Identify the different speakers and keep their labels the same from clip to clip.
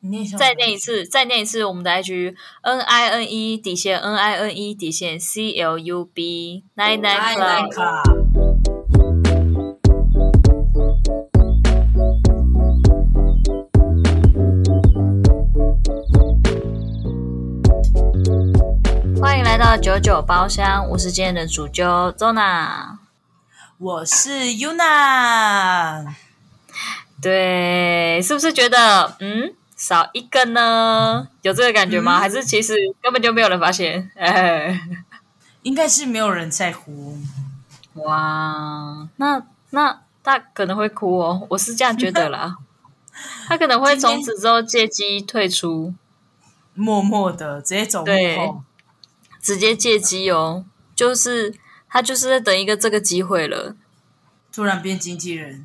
Speaker 1: 你念一下我
Speaker 2: 再
Speaker 1: 们的
Speaker 2: 念一次，再念一次我们的 IG N I N E 底线 N I N E 底线 C L U B Nine Nine
Speaker 1: Nine
Speaker 2: Club。
Speaker 1: Club。
Speaker 2: 欢迎来到九九包厢，我是今天的主揪 Zona。
Speaker 1: 我是 Yuna，
Speaker 2: 对，是不是觉得嗯少一个呢？有这个感觉吗？
Speaker 1: 嗯
Speaker 2: 还是其实根本就没有人发现？哎，
Speaker 1: 应该是没有人在乎。
Speaker 2: 哇，那那他可能会哭哦，我是这样觉得 啦。他可能会从此之后借机退出，
Speaker 1: 默默的直接走幕
Speaker 2: 对
Speaker 1: 后，
Speaker 2: 直接借机哦，就是他就是在等一个这个机会了。
Speaker 1: 突然变经纪人。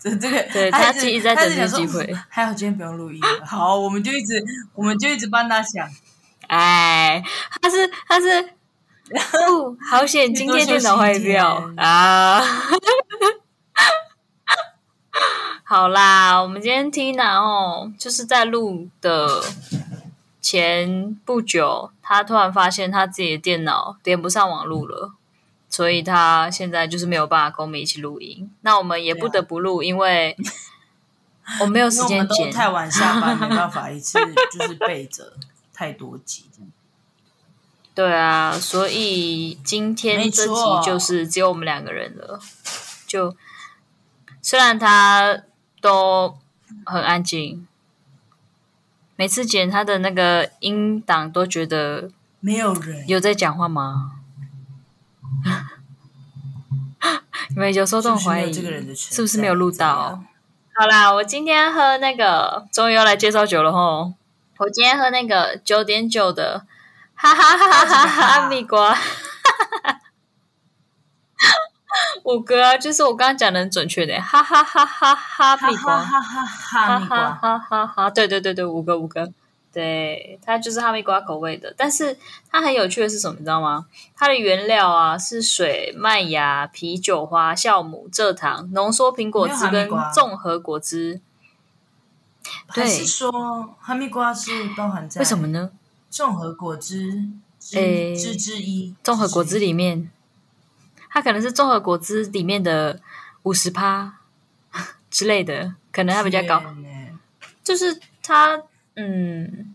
Speaker 1: 这这个，
Speaker 2: 对
Speaker 1: 他
Speaker 2: 他
Speaker 1: 是
Speaker 2: 一直在等
Speaker 1: 这
Speaker 2: 这个机会
Speaker 1: 嗯还好今天不用录音了，好，我们就一直，我们就一直帮他想。
Speaker 2: 哎，他是 他是，哦，好险，今天电脑坏掉
Speaker 1: 多休息一天
Speaker 2: 啊！ 好啦，我们今天 Tina 哦，就是在录的前不久，他突然发现他自己的电脑连不上网路了。所以他现在就是没有办法跟我们一起录音，那我们也不得不录，因为我没有
Speaker 1: 因
Speaker 2: 时
Speaker 1: 为我
Speaker 2: 间
Speaker 1: 们都
Speaker 2: 剪。
Speaker 1: 太晚下班，没办法一次 就是备着太多集这样。
Speaker 2: 对啊，所以今天
Speaker 1: 没
Speaker 2: 这集
Speaker 1: 错
Speaker 2: 就是只有我们两个人了。就虽然他都很安静，每次剪他的那个音档都觉得
Speaker 1: 没有人，
Speaker 2: 有在讲话吗？ 你们有时候都很怀疑
Speaker 1: 是不是没有这个人的存在
Speaker 2: 是不是没有录
Speaker 1: 怎
Speaker 2: 到
Speaker 1: 样？
Speaker 2: 好啦，我今天喝那个，终于要来介绍酒了吼！我今天喝那个九点九的，哈哈哈哈哈哈蜜瓜，五个啊，就是我刚刚讲的很准确的，哈哈哈哈哈
Speaker 1: 哈
Speaker 2: 蜜瓜，
Speaker 1: 哈哈哈哈，
Speaker 2: 哈
Speaker 1: 蜜
Speaker 2: 哈
Speaker 1: 瓜，
Speaker 2: 哈哈哈！对对对对，五个五个，对，它就是哈密瓜口味的。但是它很有趣的是什么，你知道吗？它的原料啊是水、麦芽、啤酒花、酵母、蔗糖、浓缩苹果汁
Speaker 1: 没有哈
Speaker 2: 跟
Speaker 1: 密瓜
Speaker 2: 综合果汁。对
Speaker 1: 还是说哈密瓜是包含在
Speaker 2: 为什么呢？
Speaker 1: 综合果汁
Speaker 2: 诶
Speaker 1: 之之之一？
Speaker 2: 综合果汁里面，它可能是综合果汁里面的五十趴之类的，可能它比较高。
Speaker 1: 天哪
Speaker 2: 就是它，嗯，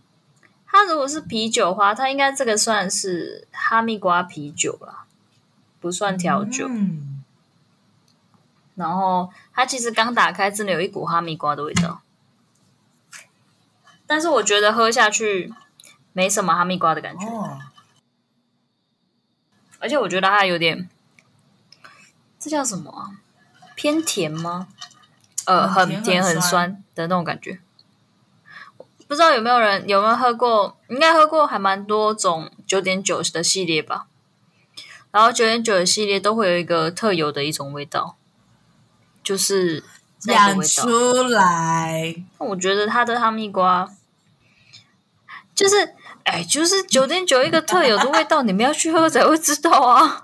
Speaker 2: 它如果是啤酒的话，它应该这个算是哈密瓜啤酒啦，不算调酒。
Speaker 1: 嗯，
Speaker 2: 然后它其实刚打开，真的有一股哈密瓜的味道，但是我觉得喝下去没什么哈密瓜的感觉，
Speaker 1: 哦，
Speaker 2: 而且我觉得它有点，这叫什么啊？偏甜吗？呃，
Speaker 1: 很
Speaker 2: 很
Speaker 1: 嗯甜
Speaker 2: 甜
Speaker 1: 很
Speaker 2: 很
Speaker 1: 酸
Speaker 2: 酸的那种感觉。不知道有没有人有没有喝过？应该喝过还蛮多种九点九的系列吧。然后九点九的系列都会有一个特有的一种味道，就是那个
Speaker 1: 讲
Speaker 2: 味道。
Speaker 1: 出来，
Speaker 2: 那我觉得它的哈密瓜，就是哎，就是九点九一个特有的味道，你们要去喝才会知道啊。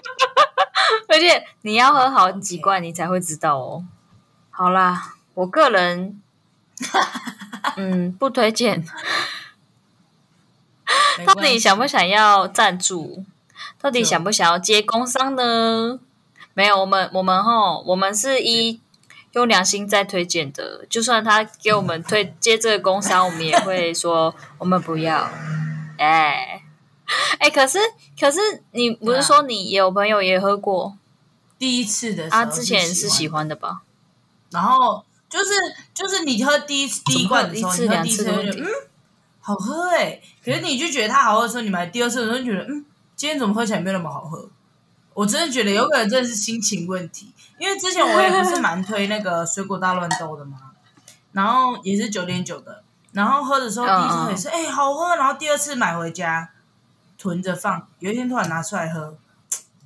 Speaker 2: 而且你要喝好几罐，你才会知道哦。好啦，我个人，嗯，不推荐。
Speaker 1: 没
Speaker 2: 到
Speaker 1: 关
Speaker 2: 底
Speaker 1: 系
Speaker 2: 想不想要赞助？到底想不想要接工商呢？没有，我们我们吼，我们是一用良心在推荐的，就算他给我们推接这个工商，我们也会说我们不要。哎哎，可是可是你不是说你有朋友也喝过
Speaker 1: 第一次的时候
Speaker 2: 啊？之前是喜
Speaker 1: 喜欢，
Speaker 2: 欢的吧？
Speaker 1: 然后就是就是你喝第一次第一罐的时候，
Speaker 2: 怎
Speaker 1: 你
Speaker 2: 么
Speaker 1: 喝
Speaker 2: 会有
Speaker 1: 第
Speaker 2: 一
Speaker 1: 一
Speaker 2: 次
Speaker 1: 次
Speaker 2: 两
Speaker 1: 会觉
Speaker 2: 次的
Speaker 1: 得嗯好喝哎、可是你就觉得它好喝的时候，你买第二次的时候就觉得嗯今天怎么喝起来没有那么好喝？我真的觉得有可能真的是心情问题，因为之前我也不是蛮推那个水果大乱斗的嘛，然后也是九点九的，然后喝的时候第一次喝也是哎、好喝，然后第二次买回家囤着放，有一天突然拿出来喝，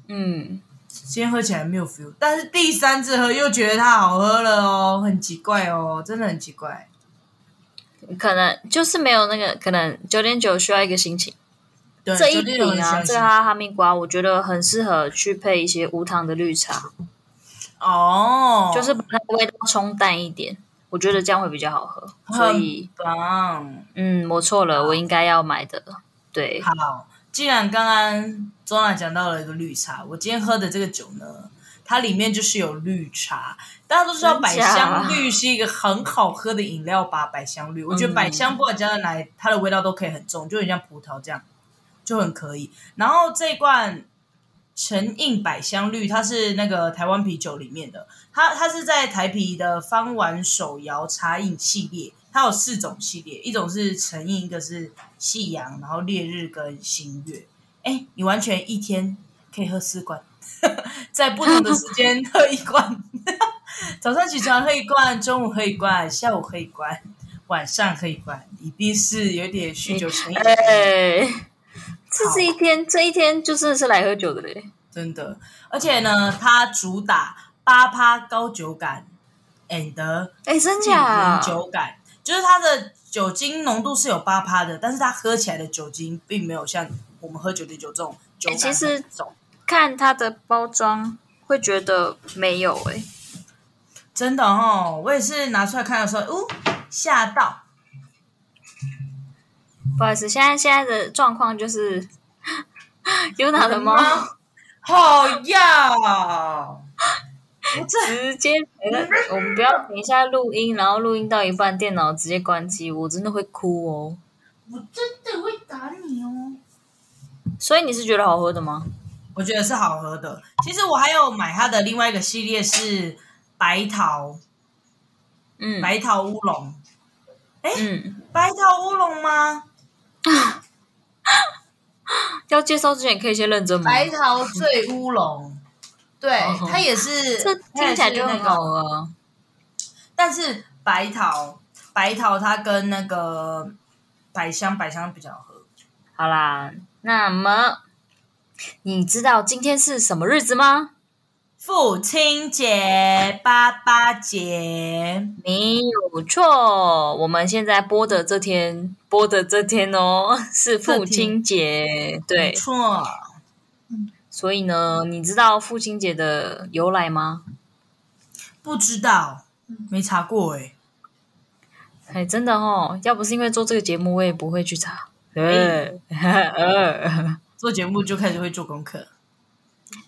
Speaker 2: 嗯，
Speaker 1: 今天喝起来没有 feel，但是第三次喝又觉得它好喝了哦，很奇怪哦，真的很奇怪。
Speaker 2: 可能就是没有那个，可能九点九需要一个心情。
Speaker 1: 对，
Speaker 2: 这一
Speaker 1: 酒店有
Speaker 2: 瓶
Speaker 1: 很
Speaker 2: 啊，
Speaker 1: 伤
Speaker 2: 这
Speaker 1: 心
Speaker 2: 个哈哈密瓜，我觉得很适合去配一些无糖的绿茶，
Speaker 1: 哦，
Speaker 2: 就是把它的味道冲淡一点。我觉得这样会比较好喝。
Speaker 1: 嗯
Speaker 2: 所以，
Speaker 1: 棒，
Speaker 2: 嗯，我错了，我应该要买的。对，
Speaker 1: 好。既然刚刚周娜讲到了一个绿茶，我今天喝的这个酒呢，它里面就是有绿茶。大家都知道
Speaker 2: 真
Speaker 1: 百
Speaker 2: 假
Speaker 1: 香绿是一个很好喝的饮料吧？百香绿，我觉得百香不管加在哪里，它的味道都可以很重，就很像葡萄这样，就很可以。然后这一罐陈印百香绿，它是那个台湾啤酒里面的，它它是在台啤的方丸手摇茶饮系列，它有四种系列，一种是陈印，一个是夕阳，然后烈日跟新月。哎，你完全一天可以喝四罐， 在不同的时间喝一罐。 早上起床喝一罐，中午喝一罐，下午喝一罐，晚上喝一罐，一定是有点酗酒成瘾。
Speaker 2: 哎，这是一天，这一天就真的是来喝酒的嘞。
Speaker 1: 真的。而且呢，它主打八趴高酒感 and
Speaker 2: 哎，真
Speaker 1: 杏仁
Speaker 2: 假？
Speaker 1: 酒感，就是它的酒精浓度是有八趴的，但是它喝起来的酒精并没有像我们喝酒的酒这种酒感
Speaker 2: 哎其实
Speaker 1: 很重。
Speaker 2: 看它的包装会觉得没有哎、
Speaker 1: 真的哦，我也是拿出来看的时候，哦，吓到。
Speaker 2: 不好意思，现在现在的状况就是 有哪的猫
Speaker 1: 我的猫好呀！我这
Speaker 2: 直接，呃我们不要等一下录音，然后录音到一半，电脑直接关机，我真的会哭哦。
Speaker 1: 我真的会打你哦。
Speaker 2: 所以你是觉得好喝的吗？
Speaker 1: 我觉得是好喝的。其实我还有买它的另外一个系列是白桃
Speaker 2: 嗯
Speaker 1: 白桃乌龙，
Speaker 2: 嗯，
Speaker 1: 白桃乌龙吗？
Speaker 2: 要介绍之前可以先认真吗？
Speaker 1: 白桃醉乌龙，对
Speaker 2: 哦，
Speaker 1: 它也是，
Speaker 2: 这听起来就
Speaker 1: 它也哎是
Speaker 2: 很
Speaker 1: 那
Speaker 2: 好
Speaker 1: 个，
Speaker 2: 喝啊。
Speaker 1: 但是白桃白桃它跟那个百香百香比较好喝。
Speaker 2: 好啦，那么你知道今天是什么日子吗？
Speaker 1: 父亲节、八八节，
Speaker 2: 没有错，我们现在播的这天，播的这天哦， 是父亲节。
Speaker 1: 没
Speaker 2: 对，
Speaker 1: 错，
Speaker 2: 所以呢，你知道父亲节的由来吗？
Speaker 1: 不知道，没查过哎、
Speaker 2: 哎，真的哦，要不是因为做这个节目，我也不会去查。对
Speaker 1: 哎，
Speaker 2: 呃
Speaker 1: 做节目就开始会做功课。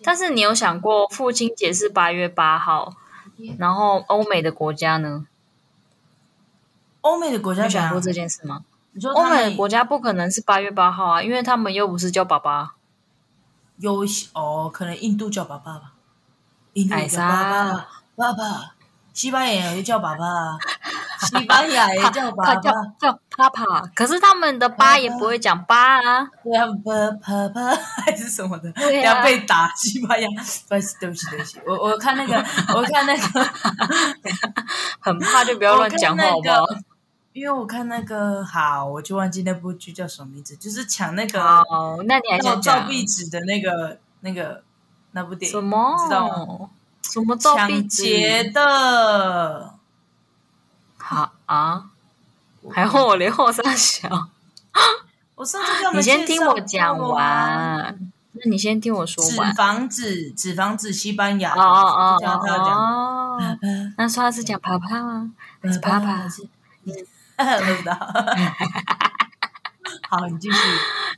Speaker 2: 但是你有想过父亲节是八月八号，然后欧美的国家呢？
Speaker 1: 欧美的国
Speaker 2: 你
Speaker 1: 家
Speaker 2: 有
Speaker 1: 怎
Speaker 2: 想
Speaker 1: 样
Speaker 2: 过这件事吗？
Speaker 1: 你说
Speaker 2: 欧
Speaker 1: 他
Speaker 2: 美的
Speaker 1: 们
Speaker 2: 国家不可能是八月八号啊，因为他们又不是叫爸爸。
Speaker 1: 有一些哦，可能印度叫爸爸吧，印度也叫
Speaker 2: 哎
Speaker 1: 爸
Speaker 2: 啥
Speaker 1: 爸，爸爸，西班牙也叫爸 爸，西班牙也叫爸
Speaker 2: 他叫
Speaker 1: 爸，
Speaker 2: 叫爸爸，可是他们的爸也不会讲爸啊。
Speaker 1: 对啊，爸爸爸 还是什么的，
Speaker 2: 对啊
Speaker 1: 等下被打西班牙，不好意思，对不起，对不起，我 我看那个，我看那个，
Speaker 2: 很怕就不要乱讲话，好
Speaker 1: 我
Speaker 2: 不
Speaker 1: 看那
Speaker 2: 好
Speaker 1: 个？ 因为我看那个，好，我就忘记那部剧叫什么名字，就是抢那个
Speaker 2: 好，那你还
Speaker 1: 照
Speaker 2: 想
Speaker 1: 照
Speaker 2: 讲
Speaker 1: 壁纸的那个那个那部电
Speaker 2: 什
Speaker 1: 影，
Speaker 2: 么？
Speaker 1: 知道吗
Speaker 2: 什么照壁
Speaker 1: 抢
Speaker 2: 纸？
Speaker 1: 劫的。
Speaker 2: 好啊，还问我连后三小？
Speaker 1: 我上次跟
Speaker 2: 你
Speaker 1: 们
Speaker 2: 先
Speaker 1: 介
Speaker 2: 听
Speaker 1: 绍
Speaker 2: 我讲
Speaker 1: 过啊。
Speaker 2: 完，那你先听我说
Speaker 1: 纸
Speaker 2: 完。
Speaker 1: 房子，纸房子，西班牙
Speaker 2: 哦
Speaker 1: 的。
Speaker 2: 哦
Speaker 1: 就
Speaker 2: 哦
Speaker 1: 这样他有 讲嗯
Speaker 2: 哦，那说他是讲啪啪吗？还是啪 啪？
Speaker 1: 不知道。 好，你继续。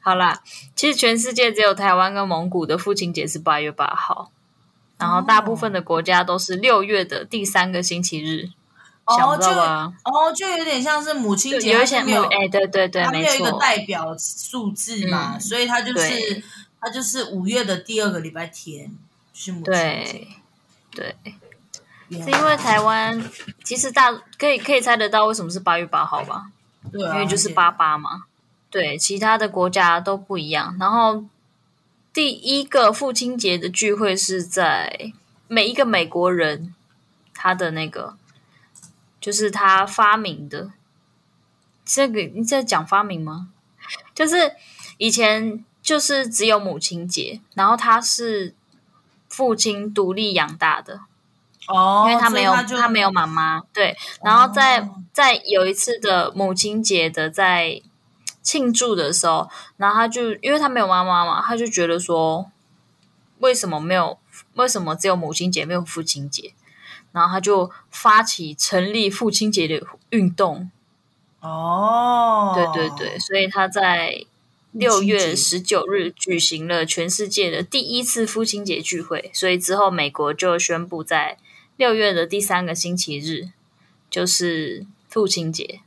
Speaker 2: 好啦，其实全世界只有台湾跟蒙古的父亲节是八月八号，然后大部分的国家都是六月的第三个星期日， 想
Speaker 1: 哦，
Speaker 2: 不
Speaker 1: 就
Speaker 2: 到吧？
Speaker 1: 哦，就有点像是母亲
Speaker 2: 就
Speaker 1: 节，
Speaker 2: 有一
Speaker 1: 它
Speaker 2: 些
Speaker 1: 没有，
Speaker 2: 哎，对对对，
Speaker 1: 它没
Speaker 2: 没
Speaker 1: 有一
Speaker 2: 错
Speaker 1: 个，代表数字嘛，
Speaker 2: 嗯
Speaker 1: 所以它就
Speaker 2: 对
Speaker 1: 是它就是五月的第二个礼拜天，就是母亲啊节
Speaker 2: 对。对，
Speaker 1: 原
Speaker 2: 是
Speaker 1: 来
Speaker 2: 因为台湾其实大可以可以猜得到为什么是八月八号吧？
Speaker 1: 对啊，
Speaker 2: 因为就是
Speaker 1: 对
Speaker 2: 八八嘛。对，其他的国家都不一样。然后第一个父亲节的聚会是在每一个美国人他的那个，就是他发明的。这个你在讲发明吗？就是以前就是只有母亲节，然后他是父亲独立养大的，
Speaker 1: 哦，
Speaker 2: 因为他
Speaker 1: 所以
Speaker 2: 没有
Speaker 1: 它就
Speaker 2: 他没有妈妈，对。然后在、
Speaker 1: 哦
Speaker 2: 在有一次的母亲节的在庆祝的时候，然后他就因为他没有妈妈嘛，他就觉得说为什么没有为什么只有母亲节没有父亲节？然后他就发起成立父亲节的运动。
Speaker 1: 哦，
Speaker 2: 对对对，所以他在六月
Speaker 1: 父亲节
Speaker 2: 十九日举行了全世界的第一次父亲节聚会，所以之后美国就宣布在六月的第三个星期日就是父亲节。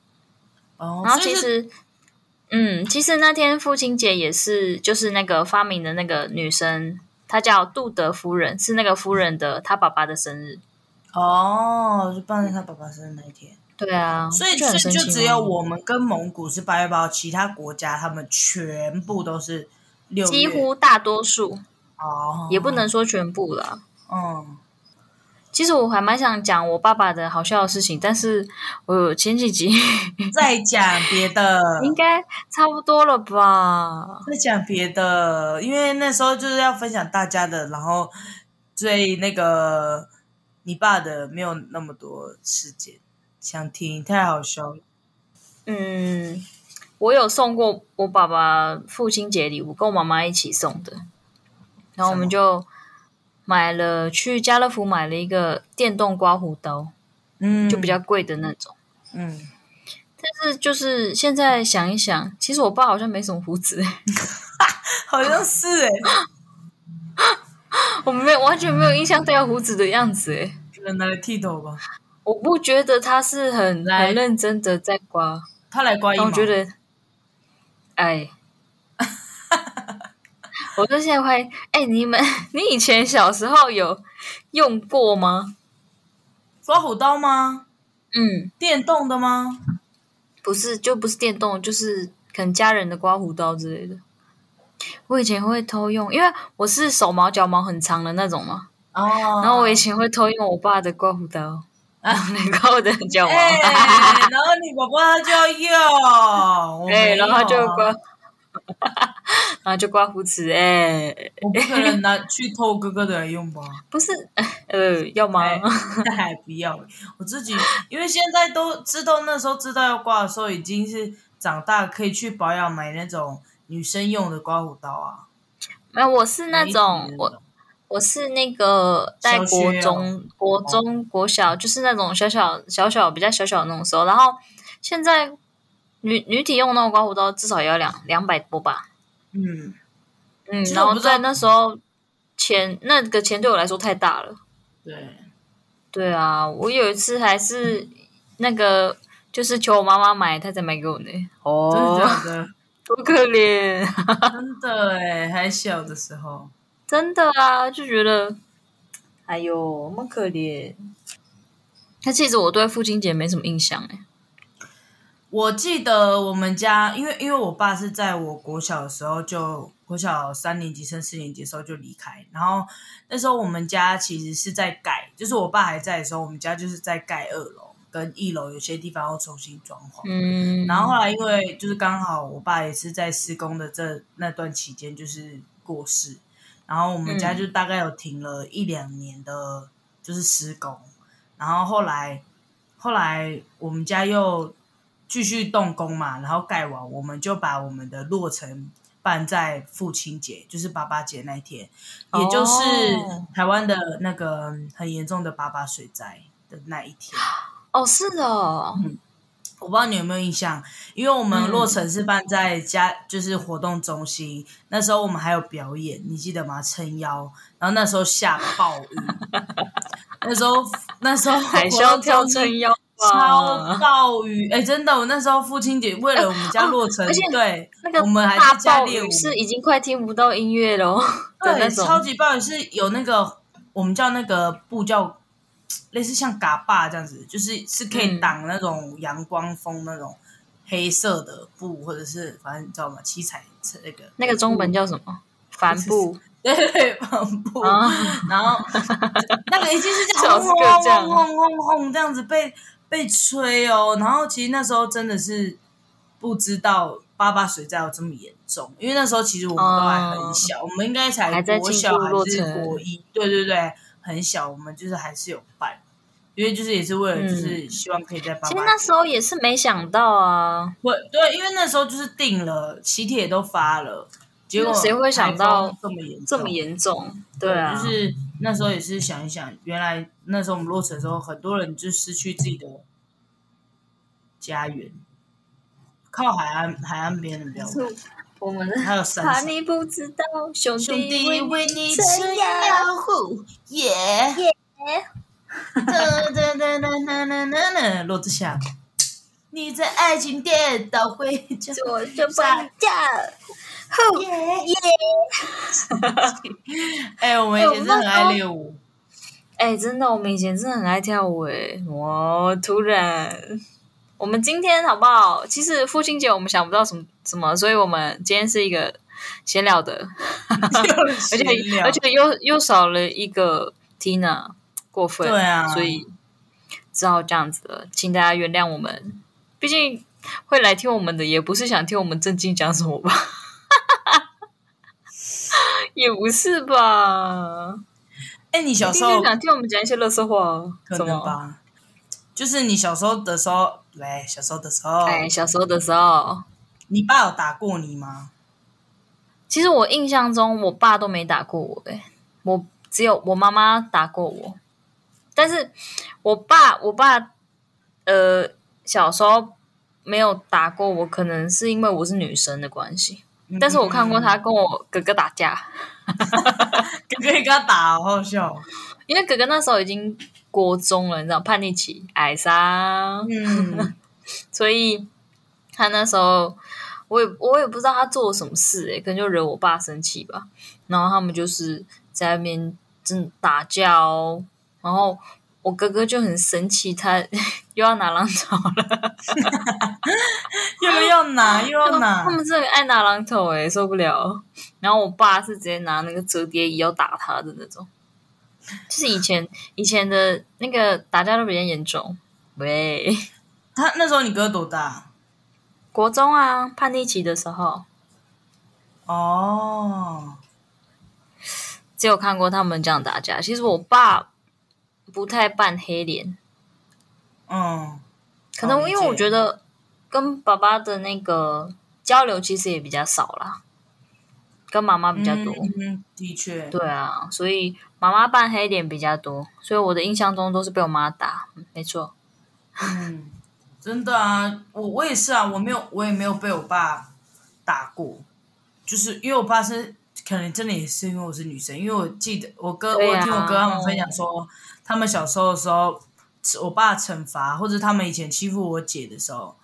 Speaker 1: 哦，
Speaker 2: 然后
Speaker 1: 所以
Speaker 2: 其
Speaker 1: 是
Speaker 2: 实，嗯，其实那天父亲节也是，就是那个发明的那个女生，她叫杜德夫人，是那个夫人的她爸爸的生日。
Speaker 1: 哦，就放在他爸爸生日那一天，
Speaker 2: 对啊，
Speaker 1: 所以所
Speaker 2: 就很
Speaker 1: 以
Speaker 2: 神
Speaker 1: 就
Speaker 2: 奇哦
Speaker 1: 只
Speaker 2: 吗
Speaker 1: 有我们跟蒙古是八月八号，其他国家他们全部都是六月，
Speaker 2: 几乎大多数，
Speaker 1: 哦，
Speaker 2: 也不能说全部啦。
Speaker 1: 嗯，
Speaker 2: 其实我还蛮想讲我爸爸的好笑的事情，但是我前几集
Speaker 1: 再讲别的，
Speaker 2: 应该差不多了吧？
Speaker 1: 再讲别的，因为那时候就是要分享大家的，然后最那个你爸的没有那么多时间想听，太好笑了。
Speaker 2: 嗯，我有送过我爸爸父亲节礼物，跟我妈妈一起送的。然后我们就买了去家乐福买了一个电动刮胡刀，
Speaker 1: 嗯，
Speaker 2: 就比较贵的那种。
Speaker 1: 嗯，
Speaker 2: 但是就是现在想一想，其实我爸好像没什么胡子，
Speaker 1: 好像是哎、
Speaker 2: 我没有完全没有印象他有胡子的样子。诶，
Speaker 1: 可能拿来剃头吧。
Speaker 2: 我不觉得他是很
Speaker 1: 来
Speaker 2: 很认真的在刮，
Speaker 1: 他来刮一
Speaker 2: 但
Speaker 1: 毛，
Speaker 2: 我觉得，哎， 我就现在怀疑，哎，你们你以前小时候有用过吗？
Speaker 1: 刮胡刀吗？
Speaker 2: 嗯，
Speaker 1: 电动的吗？
Speaker 2: 不是，就不是电动，就是可能家人的刮胡刀之类的。我以前会偷用，因为我是手毛脚毛很长的那种嘛，
Speaker 1: 哦，
Speaker 2: 然后我以啊前会偷用我爸的刮胡刀，啊，来刮我的脚毛，
Speaker 1: 哎、 然后你宝宝他就要用，我没
Speaker 2: 对，
Speaker 1: 有啊
Speaker 2: 然后就刮，然后就刮胡子，哎、
Speaker 1: 我不可能拿去偷哥哥的来用吧？
Speaker 2: 不是， 呃，要吗？
Speaker 1: 哎还不要，欸我自己因为现在都知道，那时候知道要刮的时候已经是长大，可以去保养买那种女生用的刮胡刀啊。
Speaker 2: 没有，我是那种
Speaker 1: 没
Speaker 2: 我我是那个在
Speaker 1: 小学
Speaker 2: 国
Speaker 1: 哦
Speaker 2: 中、国中、国小，就是那种小小小小比较小小的那种时候。然后现在女女体用那种刮胡刀至少也要两两百多吧，
Speaker 1: 嗯，
Speaker 2: 嗯
Speaker 1: 其，实
Speaker 2: 然
Speaker 1: 我
Speaker 2: 后
Speaker 1: 不知道
Speaker 2: 在那时候钱那个钱对我来说太大了。
Speaker 1: 对，
Speaker 2: 对啊，我有一次还是那个就是求我妈妈买，她才买给我呢。
Speaker 1: 真的
Speaker 2: 哦，
Speaker 1: 假的？
Speaker 2: 多可怜。
Speaker 1: 真的哎、还小的时候，
Speaker 2: 真的啊，就觉得，哎呦，那么可怜。但其实我对父亲节没什么印象哎、
Speaker 1: 我记得我们家，因为因为我爸是在我国小的时候就国小三年级升四年级的时候就离开，然后那时候我们家其实是在盖，就是我爸还在的时候，我们家就是在盖二楼跟一楼，有些地方要重新装潢。
Speaker 2: 嗯，
Speaker 1: 然后后来因为就是刚好我爸也是在施工的这那段期间就是过世，然后我们家就大概有停了一两年的，就是施工。然后后来后来我们家又继续动工嘛，然后盖完我们就把我们的落成办在父亲节，就是爸爸节那一天，
Speaker 2: 哦
Speaker 1: 也就是台湾的那个很严重的八八水灾的那一天。
Speaker 2: 哦是的哦，
Speaker 1: 我不知道你有没有印象，因为我们
Speaker 2: 嗯
Speaker 1: 落成是办在家，就是活动中心。那时候我们还有表演，你记得吗？撑腰，然后那时候下暴雨， 那时候那时候
Speaker 2: 海啸跳撑腰啊
Speaker 1: 超
Speaker 2: 吧，
Speaker 1: 暴雨，哎、真的，我那时候父亲节为了我们家落成，
Speaker 2: 哦而且
Speaker 1: 对，
Speaker 2: 那个
Speaker 1: 我们还
Speaker 2: 大
Speaker 1: 在家
Speaker 2: 暴
Speaker 1: 练舞
Speaker 2: 雨，是已经快听不到音乐了哦的那
Speaker 1: 对，超
Speaker 2: 种，
Speaker 1: 级暴雨是有那个我们叫那个布叫类似像嘎巴这样子，就是是可以
Speaker 2: 嗯
Speaker 1: 挡那种阳光风那种黑色的布，或者是反正你知道吗？七彩是那个
Speaker 2: 那个中文叫什么？帆布
Speaker 1: 对 对帆布，
Speaker 2: 啊，
Speaker 1: 然后那个已经是这
Speaker 2: 最好
Speaker 1: 样
Speaker 2: 是
Speaker 1: 轰
Speaker 2: 给我这样
Speaker 1: 轰轰轰轰这样子被被吹哦。然后其实那时候真的是不知道八八水灾有这么严重，因为那时候其实我们都还很小，我们应该才
Speaker 2: 哦还在
Speaker 1: 国
Speaker 2: 进
Speaker 1: 小
Speaker 2: 入落
Speaker 1: 还是
Speaker 2: 成
Speaker 1: 国一，对对对，很小，我们就是还是有办，因为就是也是为了就是希望可以在八
Speaker 2: 嗯其
Speaker 1: 八水。
Speaker 2: 实那时候也是没想到啊，
Speaker 1: 我对，因为那时候就是定了，喜帖都发了，结果
Speaker 2: 谁会想
Speaker 1: 台风
Speaker 2: 到
Speaker 1: 这么严
Speaker 2: 这么
Speaker 1: 重
Speaker 2: 严重，对啊，
Speaker 1: 就是那时候也是想一想，原来那时候我们落成的时候，很多人就失去自己的家园，靠海岸海岸边的比较多，
Speaker 2: 我们的
Speaker 1: 还有山
Speaker 2: 怕
Speaker 1: 上
Speaker 2: 你不知道，兄
Speaker 1: 兄弟
Speaker 2: 为
Speaker 1: 为你
Speaker 2: 撑
Speaker 1: 撑
Speaker 2: 腰
Speaker 1: 腰，护，耶耶，哒哒哒哒哒哒哒哒，罗志祥，你在爱情跌倒会就
Speaker 2: 我就
Speaker 1: 啊
Speaker 2: 绑架。吼
Speaker 1: 耶
Speaker 2: 耶！
Speaker 1: 哎，我们以前真的很爱练舞，
Speaker 2: 哎，真的，我们以前真的很爱跳舞哎。哇，突然，我们今天好不好？其实父亲节我们想不到什么什么，所以我们今天是一个闲聊的，而
Speaker 1: 而
Speaker 2: 且而且又又少了一个 Tina，过分，
Speaker 1: 对啊
Speaker 2: 所以只好这样子了，请大家原谅我们，毕竟会来听我们的也不是想听我们正经讲什么吧， 也不是吧，
Speaker 1: 哎，你小
Speaker 2: 毕
Speaker 1: 时候
Speaker 2: 竟想听我们讲一些乐色话啊，
Speaker 1: 可
Speaker 2: 怎
Speaker 1: 能
Speaker 2: 么？
Speaker 1: 吧，就是你小时候的时候，来小时候的时候，
Speaker 2: 哎，小时候的时候，
Speaker 1: 你爸有打过你吗？
Speaker 2: 其实我印象中，我爸都没打过我、欸，我只有我妈妈打过我，但是我爸，我爸，呃，小时候没有打过我，可能是因为我是女生的关系，
Speaker 1: 嗯
Speaker 2: 但是我看过他跟我哥哥打架，
Speaker 1: 哥哥跟他打，好好笑哦。
Speaker 2: 因为哥哥那时候已经国中了，你知道叛逆期，矮莎，
Speaker 1: 嗯，
Speaker 2: 所以他那时候，我也我也不知道他做了什么事、欸，可能就惹我爸生气吧。然后他们就是在那边真的打架哦，然后我哥哥就很生气，他 又要拿榔头了。
Speaker 1: 又要拿又要拿
Speaker 2: 他，们真的爱拿榔头、欸，受不了。然后我爸是直接拿那个折叠椅要打他的那种，就是以前以前的那个打架都比较严重。喂，
Speaker 1: 他那时候你哥多大？
Speaker 2: 国中啊，叛逆期的时候，
Speaker 1: 哦，
Speaker 2: 只有看过他们这样打架。其实我爸不太扮黑脸，
Speaker 1: 嗯，
Speaker 2: 可能
Speaker 1: 哦理
Speaker 2: 因
Speaker 1: 解
Speaker 2: 为我觉得跟爸爸的那个交流其实也比较少啦，跟妈妈比较多。
Speaker 1: 嗯嗯的确，
Speaker 2: 对啊，所以妈妈扮黑脸比较多，所以我的印象中都是被我妈打。嗯没错，
Speaker 1: 嗯，真的啊，我我也是啊，我没有，我也没有被我爸打过，就是因为我爸是可能真的也是因为我是女生，因为我记得我哥，
Speaker 2: 对啊
Speaker 1: 我听我哥他们分享说，他们小时候的时候，我爸惩罚或者他们以前欺负我姐的时候，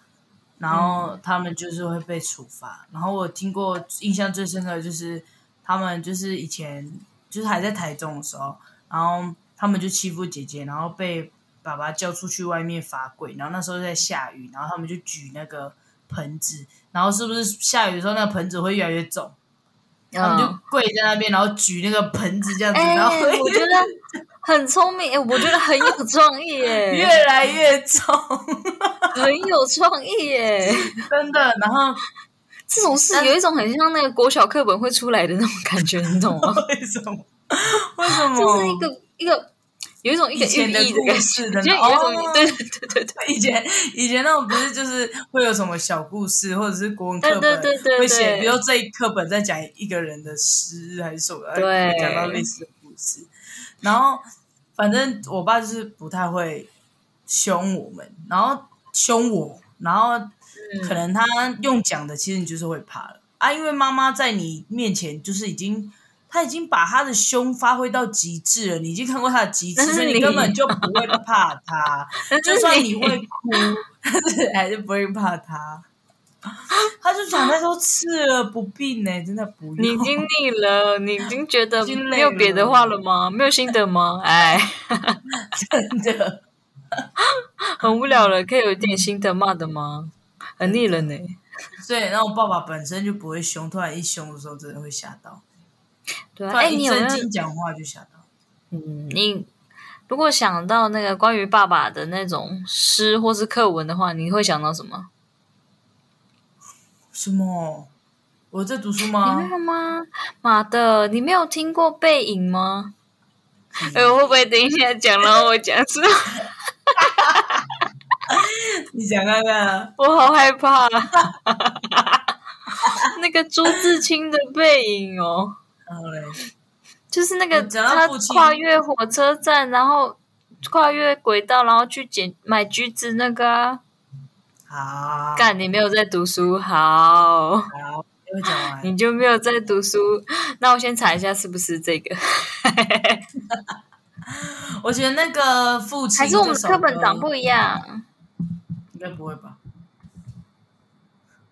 Speaker 1: 然
Speaker 2: 嗯
Speaker 1: 后他们就是会被处罚。然后我听过印象最深刻的就是他们就是以前就是还在台中的时候，然后他们就欺负姐姐，然后被爸爸叫出去外面罚跪，然后那时候在下雨，然后他们就举那个盆子，然后是不是下雨的时候那个盆子会越来越重？他们就
Speaker 2: 嗯，
Speaker 1: 跪在那边，然后举那个盆子这样子，
Speaker 2: 哎、
Speaker 1: 然后会
Speaker 2: 我觉 得很聪明，哎、我觉得很有创意
Speaker 1: 越
Speaker 2: 耶，
Speaker 1: 来越重，
Speaker 2: 很有创意耶。
Speaker 1: 真的。然后
Speaker 2: 这种事有一种很像那个国小课本会出来的那种感觉，你懂吗？
Speaker 1: 为什么？为什么？
Speaker 2: 就是一个一个有一种一个
Speaker 1: 以前
Speaker 2: 寓
Speaker 1: 的
Speaker 2: 意的感
Speaker 1: 故
Speaker 2: 觉，
Speaker 1: 事的
Speaker 2: 就
Speaker 1: 那
Speaker 2: 有一
Speaker 1: 哦
Speaker 2: 种，对对对对对，
Speaker 1: 以前以前那种不是就是会有什么小故事，或者是国文课
Speaker 2: 对
Speaker 1: 本
Speaker 2: 对对对
Speaker 1: 会写，
Speaker 2: 对
Speaker 1: 比如这一课本在讲一个人的诗还是什么，
Speaker 2: 对
Speaker 1: 会讲到类似的故事。然后反正我爸就是不太会凶我们，然后凶我，然后
Speaker 2: 嗯
Speaker 1: 可能他用讲的，其实你就是会怕了啊，因为妈妈在你面前就是已经。他已经把他的凶发挥到极致了，你已经看过他的极致，
Speaker 2: 那是
Speaker 1: 所以你
Speaker 2: 你
Speaker 1: 根本就不会怕他。
Speaker 2: 但
Speaker 1: 就算
Speaker 2: 是
Speaker 1: 你会哭，但是还是不会怕他。他就讲那时候吃了不必呢、真的不
Speaker 2: 你已
Speaker 1: 用。
Speaker 2: 经腻了，你已经觉得
Speaker 1: 已经累
Speaker 2: 没有别的
Speaker 1: 了
Speaker 2: 话了吗？没有新的吗？哎，
Speaker 1: 真的，
Speaker 2: 很无聊了，可以有一点新的骂的吗？很腻了呢。
Speaker 1: 所以然后我爸爸本身就不会凶，突然一凶的时候真的会吓到，
Speaker 2: 对
Speaker 1: 突
Speaker 2: 啊，哎，
Speaker 1: 然
Speaker 2: 你
Speaker 1: 一
Speaker 2: 有没有
Speaker 1: 震？惊讲话就吓到。
Speaker 2: 嗯，你如果想到那个关于爸爸的那种诗或是课文的话，你会想到什么？
Speaker 1: 什么？我在读书
Speaker 2: 你
Speaker 1: 吗
Speaker 2: 没？有吗？妈的，你没有听过《背影》吗？哎、我会不会等一下讲，然后我讲出来？
Speaker 1: 你讲看看，
Speaker 2: 我好害怕、 那个朱自清的背影哦，
Speaker 1: 然后嘞，
Speaker 2: 就是那个
Speaker 1: 嗯讲到
Speaker 2: 他
Speaker 1: 父亲
Speaker 2: 跨越火车站，然后跨越轨道，然后去捡买橘子那个啊。
Speaker 1: 好，
Speaker 2: 干，你没有在读书，好，
Speaker 1: 好，又讲完。
Speaker 2: 你就没有在读书。那我先查一下是不是这个，
Speaker 1: 我觉得那个父亲
Speaker 2: 还是我们
Speaker 1: 这首
Speaker 2: 课本
Speaker 1: 歌
Speaker 2: 长不
Speaker 1: 嗯
Speaker 2: 一样？
Speaker 1: 应该不会吧？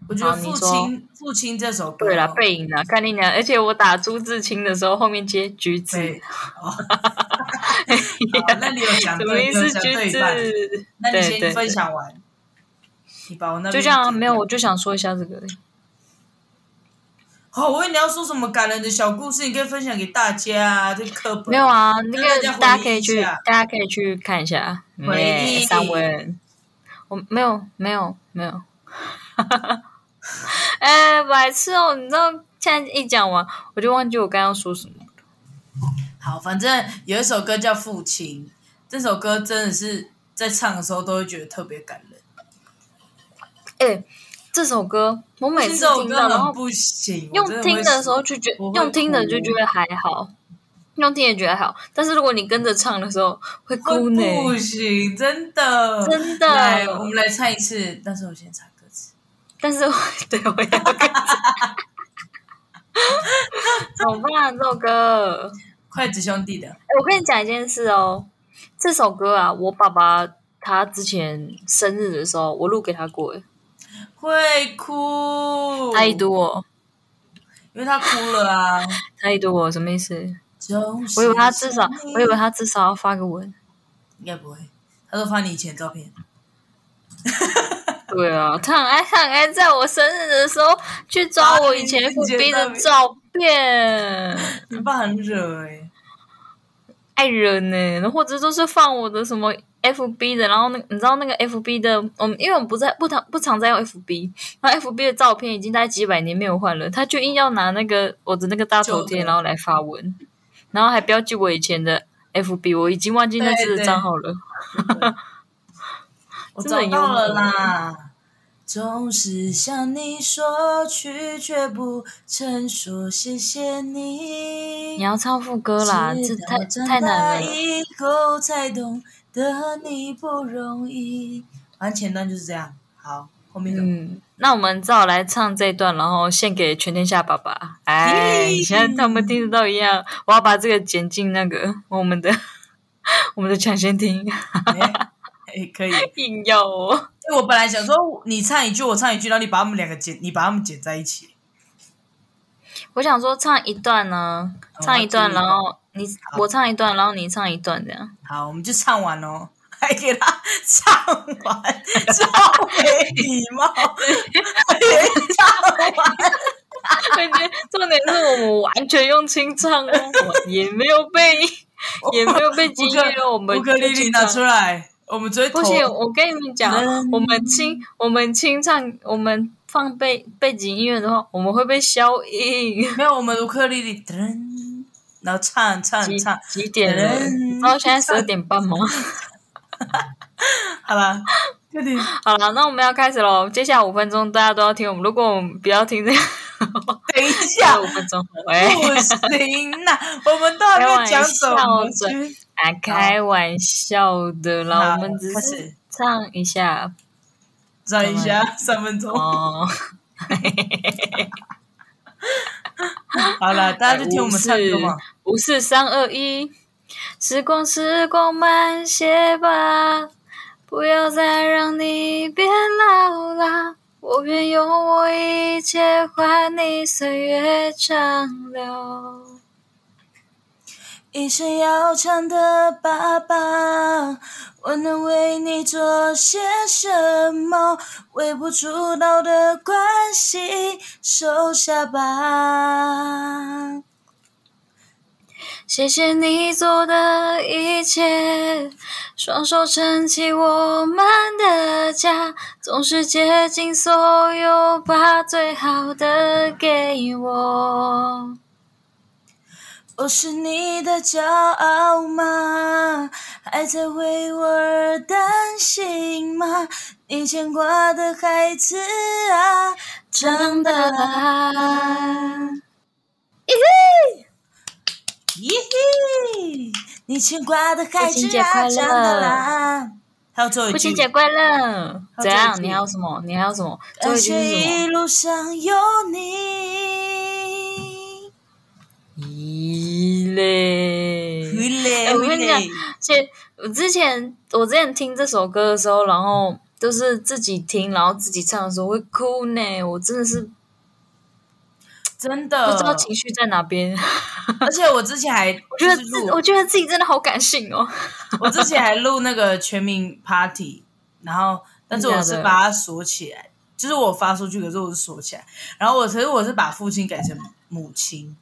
Speaker 1: 我觉得
Speaker 2: 好你
Speaker 1: 父
Speaker 2: 说
Speaker 1: 亲父亲这首歌
Speaker 2: 对啦，背影啦，看你俩。而且我打朱自清的时候，后面接橘子，
Speaker 1: 对， 哦好那你有讲
Speaker 2: 哎什么
Speaker 1: 对，
Speaker 2: 意
Speaker 1: 你有
Speaker 2: 思？
Speaker 1: 讲
Speaker 2: 橘
Speaker 1: 对一半，
Speaker 2: 子，
Speaker 1: 那你
Speaker 2: 对
Speaker 1: 先
Speaker 2: 对
Speaker 1: 分享完，你把我那边
Speaker 2: 就这样啊，没有，我就想说一下这个。
Speaker 1: 好，我以为你要说什么感人的小故事，你可以分享给大家啊，这课本
Speaker 2: 没有啊，那
Speaker 1: 让大家
Speaker 2: 个
Speaker 1: 回忆
Speaker 2: 大家可以
Speaker 1: 一
Speaker 2: 去，
Speaker 1: 下
Speaker 2: 大家可以去看一下。
Speaker 1: 回忆
Speaker 2: 耶散文，我没有，没有，没有。 哎、白痴哦！你知道现在一讲完，我就忘记我刚刚说什么。
Speaker 1: 好，反正有一首歌叫《父亲》，这首歌真的是在唱的时候都会觉得特别感人。
Speaker 2: 哎、这首歌我每
Speaker 1: 听
Speaker 2: 次
Speaker 1: 这首
Speaker 2: 听到，
Speaker 1: 歌
Speaker 2: 然
Speaker 1: 很
Speaker 2: 后
Speaker 1: 不行，我真
Speaker 2: 用听
Speaker 1: 会
Speaker 2: 的
Speaker 1: 死
Speaker 2: 时候就觉
Speaker 1: 我会
Speaker 2: 用听的就
Speaker 1: 哭
Speaker 2: 觉得还好，用听也觉得还好，但是如果你跟着唱的时候会
Speaker 1: 会
Speaker 2: 哭呢。
Speaker 1: 不行，真的，
Speaker 2: 真的
Speaker 1: 来，我们来唱一次，但是我先唱歌词。
Speaker 2: 但是我 对我也要跟着， 怎么办？啊这首歌。
Speaker 1: 筷子兄弟的，
Speaker 2: 欸我跟你讲一件事哦，这首歌啊，我爸爸他之前生日的时候，我录给他过，欸
Speaker 1: 会哭，
Speaker 2: 太，多，
Speaker 1: 因为他哭了 啊。
Speaker 2: 太多，什么意思？
Speaker 1: 总是
Speaker 2: 我以为他至少
Speaker 1: 想你，
Speaker 2: 我以为他至少要发个文。
Speaker 1: 应该不会，他说发你以前的照片，
Speaker 2: 对啊，他很爱，他很爱在我生日的时候去抓我以前
Speaker 1: 啊你
Speaker 2: FB
Speaker 1: 你
Speaker 2: 的
Speaker 1: 觉得
Speaker 2: 照片，
Speaker 1: 你爸很惹哎、
Speaker 2: 爱人呢、然后或者就是放我的什么 FB 的，然后那你知道那个 FB 的，我们因为我们不在不常不常在用 FB，然后 FB 的照片已经大概几百年没有换了，他就硬要拿那个我的那个大头
Speaker 1: 旧
Speaker 2: 贴，
Speaker 1: 的
Speaker 2: 然后来发文，然后还标记我以前的 FB，我已经忘记那
Speaker 1: 对
Speaker 2: 是
Speaker 1: 对
Speaker 2: 账号了。
Speaker 1: 我
Speaker 2: 真的
Speaker 1: 找
Speaker 2: 很幽
Speaker 1: 到
Speaker 2: 默
Speaker 1: 了啦。总是向你说去，却不曾说谢谢你。
Speaker 2: 你要唱副歌啦，这
Speaker 1: 直到
Speaker 2: 太
Speaker 1: 长
Speaker 2: 太
Speaker 1: 大
Speaker 2: 难了。
Speaker 1: 以后才懂得你不容易。反正前段就是这样，好，后面怎么？
Speaker 2: 嗯，那我们只好来唱这一段，然后献给全天下爸爸。哎，
Speaker 1: 耶
Speaker 2: 现在他们听得到一样，我要把这个剪进那个 我们的我们的抢先听，
Speaker 1: 哎、 哎可以。
Speaker 2: 硬要哦。
Speaker 1: 哎我本来想说你唱一句，我唱一句，然后你把他们两个剪，你把他们剪在一起。
Speaker 2: 我想说唱一段呢、
Speaker 1: 好
Speaker 2: 唱一段，
Speaker 1: 我要
Speaker 2: 然
Speaker 1: 注意
Speaker 2: 后你我唱一段，然后你唱一段，这样。
Speaker 1: 好，我们就唱完哦，还给他 唱完，超没礼貌，唱完。
Speaker 2: 而且重点是我们完全用清唱哦，我也没有被 也没有被激
Speaker 1: 乌克
Speaker 2: 越哦，我们
Speaker 1: 乌克丽
Speaker 2: 就
Speaker 1: 丽
Speaker 2: 清
Speaker 1: 拿
Speaker 2: 唱
Speaker 1: 出来，我们最
Speaker 2: 不
Speaker 1: 头嗯
Speaker 2: 行，我跟你们讲
Speaker 1: 人，
Speaker 2: 我们清我们清唱，我们放背背景音乐的话，我们会被消音。
Speaker 1: 没有我们乌克丽丽，噔然后唱唱
Speaker 2: 几
Speaker 1: 唱，嗯
Speaker 2: 几点了？
Speaker 1: 人
Speaker 2: 然后现在十二点半吗？
Speaker 1: 好啦，快点。
Speaker 2: 好了，那我们要开始喽。接下来五分钟大家都要听我们，如果我们不 要听这个，
Speaker 1: 等一下
Speaker 2: 五，分钟， 喂，
Speaker 1: 不行啦，我们都还没讲什么去。
Speaker 2: 啊，开玩笑的
Speaker 1: 好
Speaker 2: 啦，我们只
Speaker 1: 开
Speaker 2: 是
Speaker 1: 始
Speaker 2: 唱一下
Speaker 1: 等一下，三分钟。
Speaker 2: 哦。
Speaker 1: 好了，大家就听我们唱歌嘛。
Speaker 2: 五哎四三二一，时光时光慢些吧，不要再让你变老啦。我愿用我一切换你岁月长流。
Speaker 1: 一生要强的爸爸，我能为你做些什么？微不足道的关系，收下吧。
Speaker 2: 谢谢你做的一切，双手撑起我们的家，总是竭尽所有把最好的给我。
Speaker 1: 我是你的骄傲吗？还在为我而担心吗？你牵挂的孩子啊，
Speaker 2: 啊
Speaker 1: 长大啦！
Speaker 2: 咦嘿
Speaker 1: 耶！你牵挂的孩
Speaker 2: 父亲
Speaker 1: 子
Speaker 2: 节快
Speaker 1: 啊，
Speaker 2: 乐
Speaker 1: 长得啦。还有最后一句，
Speaker 2: 父亲节快乐！
Speaker 1: 好呃
Speaker 2: 怎
Speaker 1: 再
Speaker 2: 样？
Speaker 1: 见
Speaker 2: 你还有什么？你还有什么？最
Speaker 1: 感
Speaker 2: 后一句是
Speaker 1: 谢一
Speaker 2: 什
Speaker 1: 路上有你。
Speaker 2: 么？咦嘞！
Speaker 1: 回来，
Speaker 2: 哎我跟
Speaker 1: 回
Speaker 2: 你
Speaker 1: 来
Speaker 2: 讲且我之前我之前听这首歌的时候，然后就是自己听，然后自己唱的时候会哭呢。我真的是
Speaker 1: 嗯
Speaker 2: 不
Speaker 1: 真的
Speaker 2: 知道情绪在哪边，
Speaker 1: 哦而且我之前还，
Speaker 2: 我
Speaker 1: 我
Speaker 2: 觉得自我觉得自己真的好感性哦。
Speaker 1: 我之前还录那个全民 Party，然后但是我
Speaker 2: 真
Speaker 1: 是
Speaker 2: 的
Speaker 1: 把它锁起来，就是我发出去，可是我是锁起来，然后我可是我是把父亲改成母亲，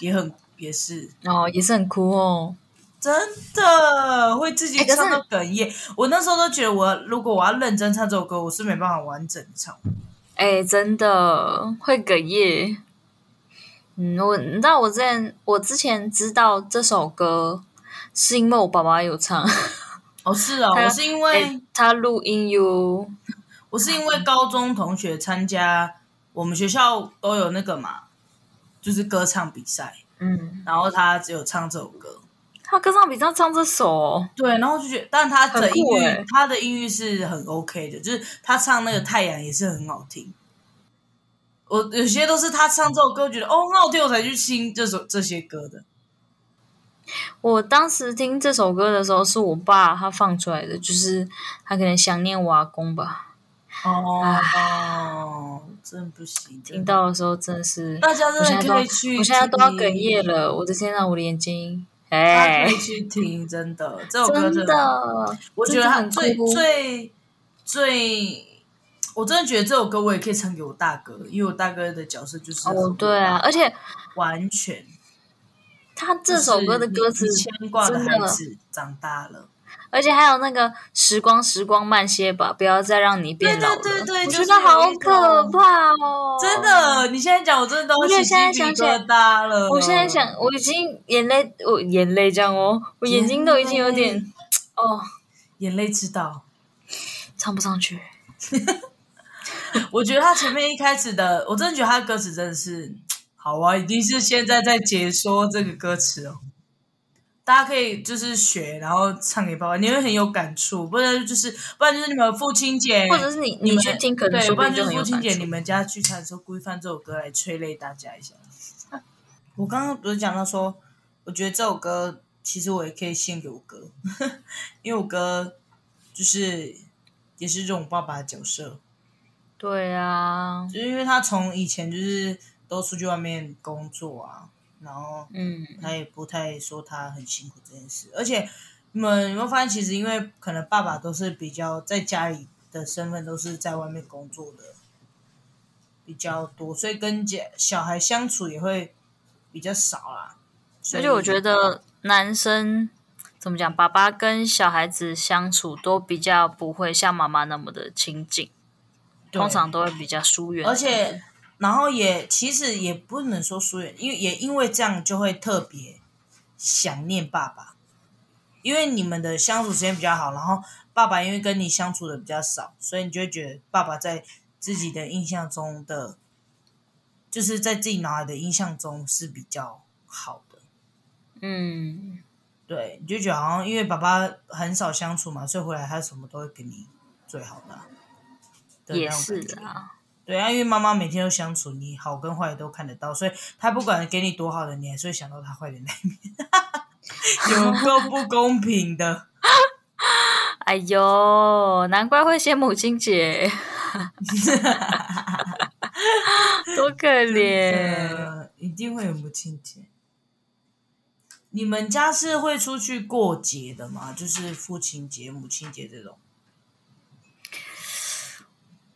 Speaker 1: 也很也是
Speaker 2: 哦，也是很哭哦。
Speaker 1: 真的会自己
Speaker 2: 哎可是
Speaker 1: 唱到哽咽。我那时候都觉得我，如果我要认真唱这首歌，我是没办法完整唱。
Speaker 2: 哎、真的会哽咽。嗯，我你知道我之前我之前知道这首歌，是因为我爸爸有唱，
Speaker 1: 哦，是哦，
Speaker 2: 他
Speaker 1: 我是因为、
Speaker 2: 哎他录音哟。
Speaker 1: 我是因为高中同学参加我们学校都有那个嘛，就是歌唱比赛，
Speaker 2: 嗯，
Speaker 1: 然后他只有唱这首歌。
Speaker 2: 他歌唱比赛唱这首哦、
Speaker 1: 对，然后就觉得，但他的
Speaker 2: 很
Speaker 1: 音
Speaker 2: 酷
Speaker 1: 域，
Speaker 2: 欸
Speaker 1: 他的音域是很 OK 的，就是他唱那个《太阳》也是很好听。我有些都是他唱这首歌，觉得哦很好听，我才去听这首这些歌的。
Speaker 2: 我当时听这首歌的时候，是我爸他放出来的，就是他可能想念我阿公吧。
Speaker 1: 哦，真不行，
Speaker 2: 听
Speaker 1: 真的
Speaker 2: 到的时候真的是，
Speaker 1: 大家
Speaker 2: 我现
Speaker 1: 真的
Speaker 2: 在都要
Speaker 1: 可以去听，
Speaker 2: 我现在都要哽咽了。我的天啊呐，我的眼睛，哎、
Speaker 1: 大家可以去听，真的，啊这首歌
Speaker 2: 真
Speaker 1: 真
Speaker 2: 的，
Speaker 1: 我觉得他
Speaker 2: 真的
Speaker 1: 最
Speaker 2: 很酷
Speaker 1: 最最，我真的觉得这首歌我也可以唱给我大哥，因为我大哥的角色就是
Speaker 2: 哦，对啊，，而且
Speaker 1: 完全
Speaker 2: 他这首歌的歌词
Speaker 1: 就是你牵挂的
Speaker 2: 真
Speaker 1: 孩
Speaker 2: 的哦
Speaker 1: 子长大了，
Speaker 2: 而且还有那个“时光，时光慢些吧，不要再让你变老了”，
Speaker 1: 对对对对
Speaker 2: 我
Speaker 1: 就
Speaker 2: 觉
Speaker 1: 是
Speaker 2: 得好
Speaker 1: 有一种
Speaker 2: 可怕哦，
Speaker 1: 真。的，你现在讲我真的都
Speaker 2: 我
Speaker 1: 起
Speaker 2: 现在
Speaker 1: 鸡皮
Speaker 2: 想起来
Speaker 1: 疙瘩了。
Speaker 2: 我现在想，我已经眼泪，我眼泪这样哦，我眼睛都已经有
Speaker 1: 眼
Speaker 2: 点，哦，
Speaker 1: 眼泪知道，
Speaker 2: 唱不上去。
Speaker 1: 我觉得他前面一开始的，我真的觉得他的歌词真的是好啊，一定是现在在解说这个歌词哦。大家可以就是学，然后唱给爸爸，你会很有感触。不然就是，不然就是你们父亲节，
Speaker 2: 或者是你
Speaker 1: 你
Speaker 2: 你
Speaker 1: 们
Speaker 2: 去听，可能
Speaker 1: 对，不
Speaker 2: 说不
Speaker 1: 然就
Speaker 2: 定就是很有
Speaker 1: 父亲
Speaker 2: 感
Speaker 1: 节你
Speaker 2: 触。
Speaker 1: 们家聚餐的时候故意放这首歌来催泪大家一下。我刚刚不是讲到说，我觉得这首歌其实我也可以献给我哥， 因为我哥就是也是这种爸爸的角色，
Speaker 2: 对啊，
Speaker 1: 就是因为他从以前就是都出去外面工作啊，然后
Speaker 2: 嗯，
Speaker 1: 他也不太说他很辛苦这件事，而且你们有没有发现，其实因为可能爸爸都是比较在家里的身份都是在外面工作的比较多，所以跟家小孩相处也会比较少啦。所
Speaker 2: 而
Speaker 1: 以
Speaker 2: 且我觉得男生怎么讲，爸爸跟小孩子相处都比较不会像妈妈那么的亲近，
Speaker 1: 对
Speaker 2: 通常都会比较疏远。
Speaker 1: 而且然后也其实也不能说疏远，因为也因为这样就会特别想念爸爸，因为你们的相处时间比较好，然后爸爸因为跟你相处的比较少，所以你就会觉得爸爸在自己的印象中的，就是在自己脑海的印象中是比较好的。
Speaker 2: 嗯，
Speaker 1: 对，你就觉得好像因为爸爸很少相处嘛，所以回来他什么都会给你最好的啊、的
Speaker 2: 也
Speaker 1: 那种
Speaker 2: 是
Speaker 1: 感觉
Speaker 2: 啦。
Speaker 1: 对啊，因为妈妈每天都相处，你好跟坏都看得到，所以她不管给你多好的，你还是会想到她坏的那一面， 有够不公平 的。
Speaker 2: 哎呦，难怪会写母亲 节，多可怜！
Speaker 1: 呃，一定会有母亲节。你们家是会出去过节的吗？就是父亲节、母亲节这种。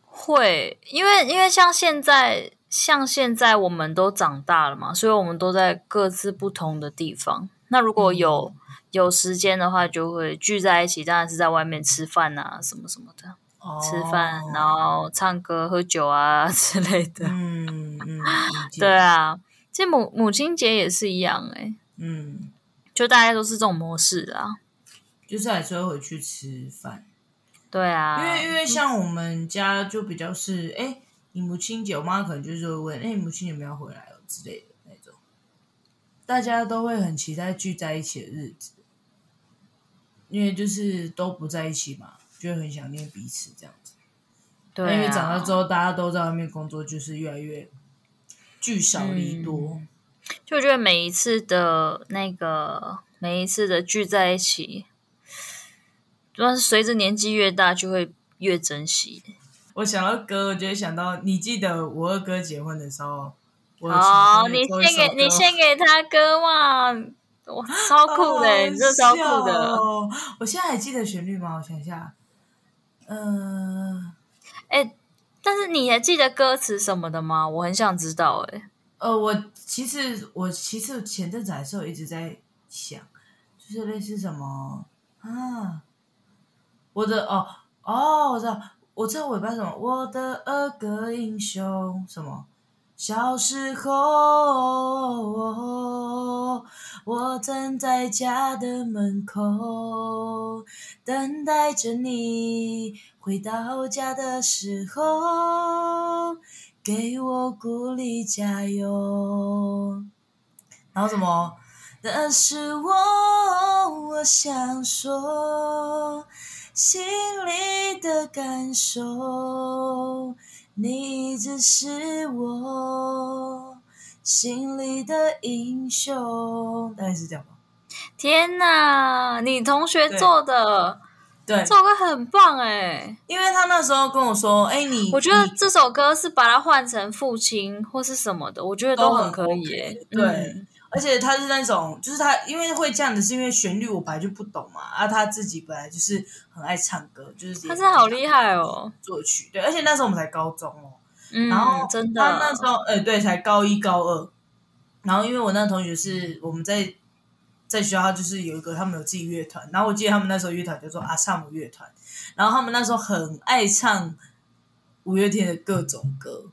Speaker 2: 会，因为因为像现在，像现在我们都长大了嘛，所以我们都在各自不同的地方。那如果有、
Speaker 1: 嗯
Speaker 2: 有时间的话，就会聚在一起，当然是在外面吃饭啊，什么什么的，
Speaker 1: 哦
Speaker 2: 吃饭，然后唱歌、喝酒啊之类的。
Speaker 1: 嗯嗯，理解
Speaker 2: 对，啊，这母母亲节也是一样诶、
Speaker 1: 嗯，
Speaker 2: 就大家都是这种模式啊。
Speaker 1: 就是还是会回去吃饭。
Speaker 2: 对啊，
Speaker 1: 因为因为像我们家就比较是，哎、你母亲节，我妈可能就是会问，哎、你母亲节有没有回来哦之类的那种，大家都会很期待聚在一起的日子。因为就是都不在一起嘛，就会很想念彼此这样子。
Speaker 2: 对、啊，
Speaker 1: 因为长大之后大家都在外面工作，就是越来越聚少
Speaker 2: 嗯
Speaker 1: 离多。
Speaker 2: 就觉得每一次的那个每一次的聚在一起，主要是随着年纪越大，就会越珍惜。
Speaker 1: 我想到歌，我就会想到你记得我二哥结婚的时候，我有请
Speaker 2: 哦
Speaker 1: 他，
Speaker 2: 你
Speaker 1: 做一
Speaker 2: 献
Speaker 1: 首
Speaker 2: 给你
Speaker 1: 歌
Speaker 2: 献给他歌哇，哇，超酷的、欸
Speaker 1: 好
Speaker 2: 你这超
Speaker 1: 好
Speaker 2: 酷
Speaker 1: 笑
Speaker 2: 的。
Speaker 1: 哦！我现在还记得旋律吗？我想一下，嗯
Speaker 2: 哎、但是你还记得歌词什么的吗？我很想知道、哎，
Speaker 1: 呃，我其实我其实前阵子还是有一直在想，就是类似什么啊，我的哦哦，我知道我知道尾巴什么，我的二哥英雄什么。小时候，我站在家的门口，等待着你回到家的时候，给我鼓励加油。然后什么？但是我我想说，心里的感受，你一直是我心里的英雄，大概是这样吧。
Speaker 2: 天哪，你同学
Speaker 1: 对
Speaker 2: 做的
Speaker 1: 对
Speaker 2: 这，首歌很棒、哎。
Speaker 1: 因为他那时候跟我说：“哎、你
Speaker 2: 我觉得
Speaker 1: 你
Speaker 2: 这首歌是把它换成父亲或是什么的，我觉得
Speaker 1: 都
Speaker 2: 很
Speaker 1: 很
Speaker 2: 可以耶、
Speaker 1: 对
Speaker 2: 嗯
Speaker 1: 而且他是那种，就是他因为会这样子，是因为旋律我本来就不懂嘛，啊，他自己本来就是很爱唱歌，就是
Speaker 2: 他真的好厉害哦。
Speaker 1: 作曲，对，而且那时候我们才高中哦，
Speaker 2: 嗯，
Speaker 1: 然后
Speaker 2: 真
Speaker 1: 他
Speaker 2: 的，
Speaker 1: 那时候，哎、对，才高一高二。然后因为我那个同学是我们在在学校，他就是有一个他们有自己乐团，然后我记得他们那时候乐团叫做阿萨姆乐团，然后他们那时候很爱唱五月天的各种歌，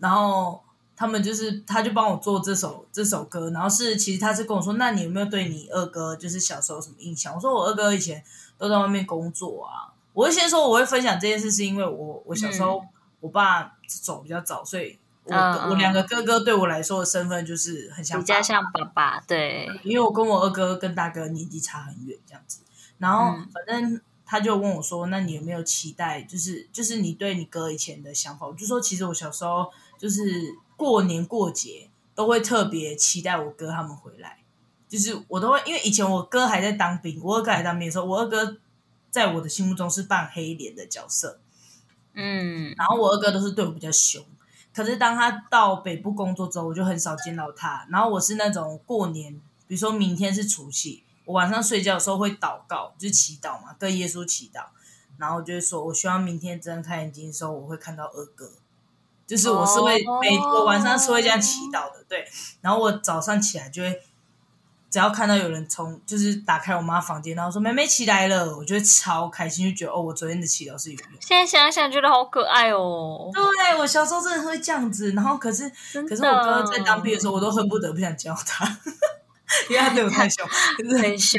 Speaker 1: 然后他们就是他就帮我做这首这首歌，然后是其实他是跟我说，那你有没有对你二哥就是小时候有什么印象？我说我二哥以前都在外面工作啊，我会先说我会分享这件事，是因为我我小时
Speaker 2: 嗯
Speaker 1: 候、我爸走比较早，所以我的、
Speaker 2: 嗯嗯
Speaker 1: 我两个哥哥对我来说的身份就是很像
Speaker 2: 比
Speaker 1: 爸爸
Speaker 2: 较像爸爸，对，
Speaker 1: 因为我跟我二哥跟大哥年纪差很远这样子。然后
Speaker 2: 嗯
Speaker 1: 反正他就问我说：“那你有没有期待？就是就是你对你哥以前的想法？”我就说：“其实我小时候就是过年过节都会特别期待我哥他们回来，就是我都会因为以前我哥还在当兵，我二哥还当兵的时候，我二哥在我的心目中是扮黑脸的角色，
Speaker 2: 嗯，
Speaker 1: 然后我二哥都是对我比较凶。可是当他到北部工作之后，我就很少见到他。然后我是那种过年，比如说明天是除夕，我晚上睡觉的时候会祷告，就是祈祷嘛，跟耶稣祈祷。然后我就会说，我希望明天睁开眼睛的时候，我会看到二哥。就是我是会
Speaker 2: 哦
Speaker 1: 每、我晚上是会这样祈祷的，对。然后我早上起来就会，只要看到有人从就是打开我妈房间，然后说妹妹起来了，我就会超开心，就觉得哦，我昨天的祈祷是有用的。
Speaker 2: 现在想想觉得好可爱哦，
Speaker 1: 对我小时候真的会这样子，然后可是
Speaker 2: 真的。
Speaker 1: 可是我哥在当兵的时候，我都恨不得不想教他，因为他对我太 凶。可是
Speaker 2: 很凶，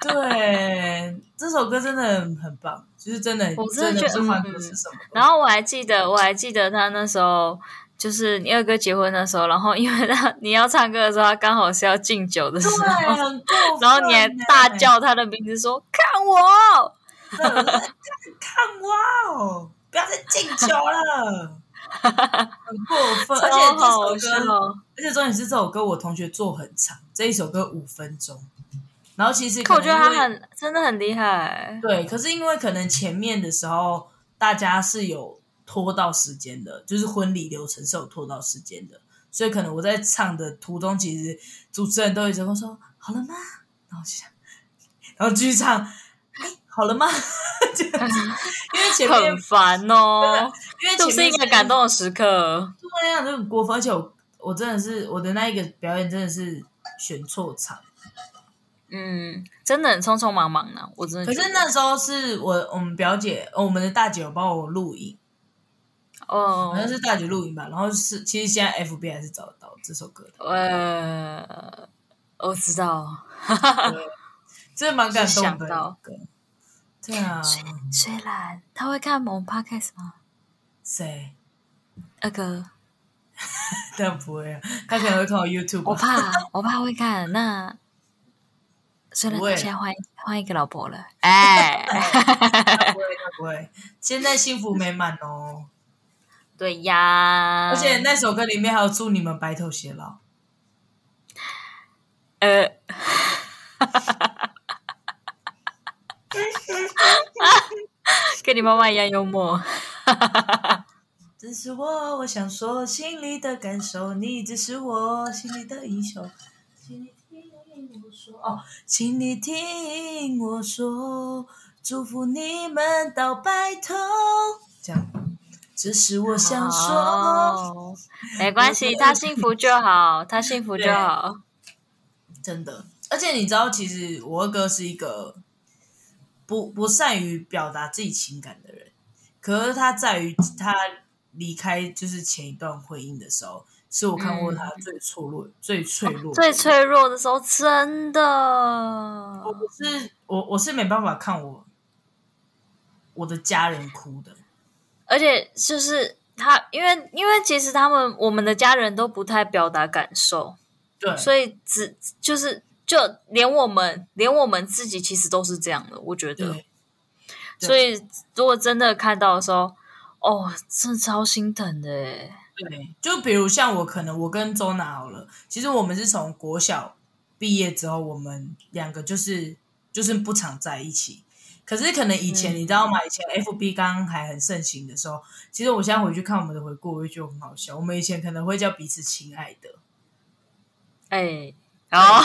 Speaker 1: 对这首歌真的很很棒，就是真的，
Speaker 2: 我真
Speaker 1: 的
Speaker 2: 的觉得
Speaker 1: 不管
Speaker 2: 嗯
Speaker 1: 歌是什么都，
Speaker 2: 然后我还记得，我还记得他那时候就是你二哥结婚的时候，然后因为他你要唱歌的时候，他刚好是要敬酒 的时候，
Speaker 1: 对很过分，欸
Speaker 2: 然后你还大，叫他的名字说：“看我哦
Speaker 1: 对我说看哇哦，不要再敬酒了，很过！”分，而且
Speaker 2: 超好
Speaker 1: 这首歌
Speaker 2: 笑哦。
Speaker 1: 而且重点是这首歌，我同学做很长，这一首歌五分钟。然后其实
Speaker 2: 可我觉得
Speaker 1: 能因
Speaker 2: 他
Speaker 1: 为
Speaker 2: 很真的很厉害，
Speaker 1: 对，可是因为可能前面的时候大家是有拖到时间的，就是婚礼流程是有拖到时间的，所以可能我在唱的途中，其实主持人都一直跟我说“好了吗”，然后我就想，然后继续唱，哎，好了吗？ 这 样子，因为前面
Speaker 2: 嗯很烦哦，
Speaker 1: 因为
Speaker 2: 这
Speaker 1: 前
Speaker 2: 不
Speaker 1: 面
Speaker 2: 是一个感动的时刻。
Speaker 1: 就那样就很过分，而且我我真的是我的那一个表演真的是选错场。
Speaker 2: 嗯，真的很匆匆忙忙呢，我真的
Speaker 1: 可
Speaker 2: 觉得。
Speaker 1: 是那时候是我我们表姐，哦我们的大姐有帮我录影。
Speaker 2: 哦
Speaker 1: 好，像是大姐录影吧，然后是其实现在 FB 还是找得到这首歌的，
Speaker 2: 呃，我知道，
Speaker 1: 对真的蛮感动的
Speaker 2: 想到
Speaker 1: 一个。对啊，
Speaker 2: 虽然他会看我们 podcast 吗？
Speaker 1: 谁？
Speaker 2: 二呃哥，
Speaker 1: 但不会啊，他 可能会看我 YouTube
Speaker 2: 我
Speaker 1: 吧。
Speaker 2: 怕，我怕会看。那虽然
Speaker 1: 不会
Speaker 2: 他现在换一个，换一个老 婆了， 哎，
Speaker 1: 不会不会，现在幸福美满哦。
Speaker 2: 对呀，
Speaker 1: 而且那首歌里面还有祝你们白头偕老。
Speaker 2: 呃， 跟你妈妈一样幽默，
Speaker 1: 只是我，我想说心里的感受，你只是我心里的英雄。请你听我说，哦，请你听我说，祝福你们到白头。这样，只是我想说，
Speaker 2: 哦，没关系，他幸福就好，他幸福就好。
Speaker 1: 真的。而且你知道，其实我二哥是一个不不善于表达自己情感的人，可是他在于他离开就是前一段婚姻的时候，是我看过他最脆弱、最脆弱、
Speaker 2: 哦最。脆弱的时候，真的
Speaker 1: 我是我我是没办法看我我的家人哭的，
Speaker 2: 而且就是他，因为因为其实他们我们的家人都不太表达感受，
Speaker 1: 对，
Speaker 2: 所以只就是就连我们连我们自己其实都是这样的，我觉得。
Speaker 1: 对对
Speaker 2: 所以如果真的看到的时候，哦，真的超心疼的欸耶，
Speaker 1: 对，就比如像我，可能我跟周娜好了，其实我们是从国小毕业之后，我们两个就是就是不常在一起。可是可能以前
Speaker 2: 嗯
Speaker 1: 你知道吗？以前 F B 刚刚还很盛行的时候，其实我现在回去看我们的回顾，我就觉得很好笑。我们以前可能会叫彼此“亲爱的
Speaker 2: 哎。哦，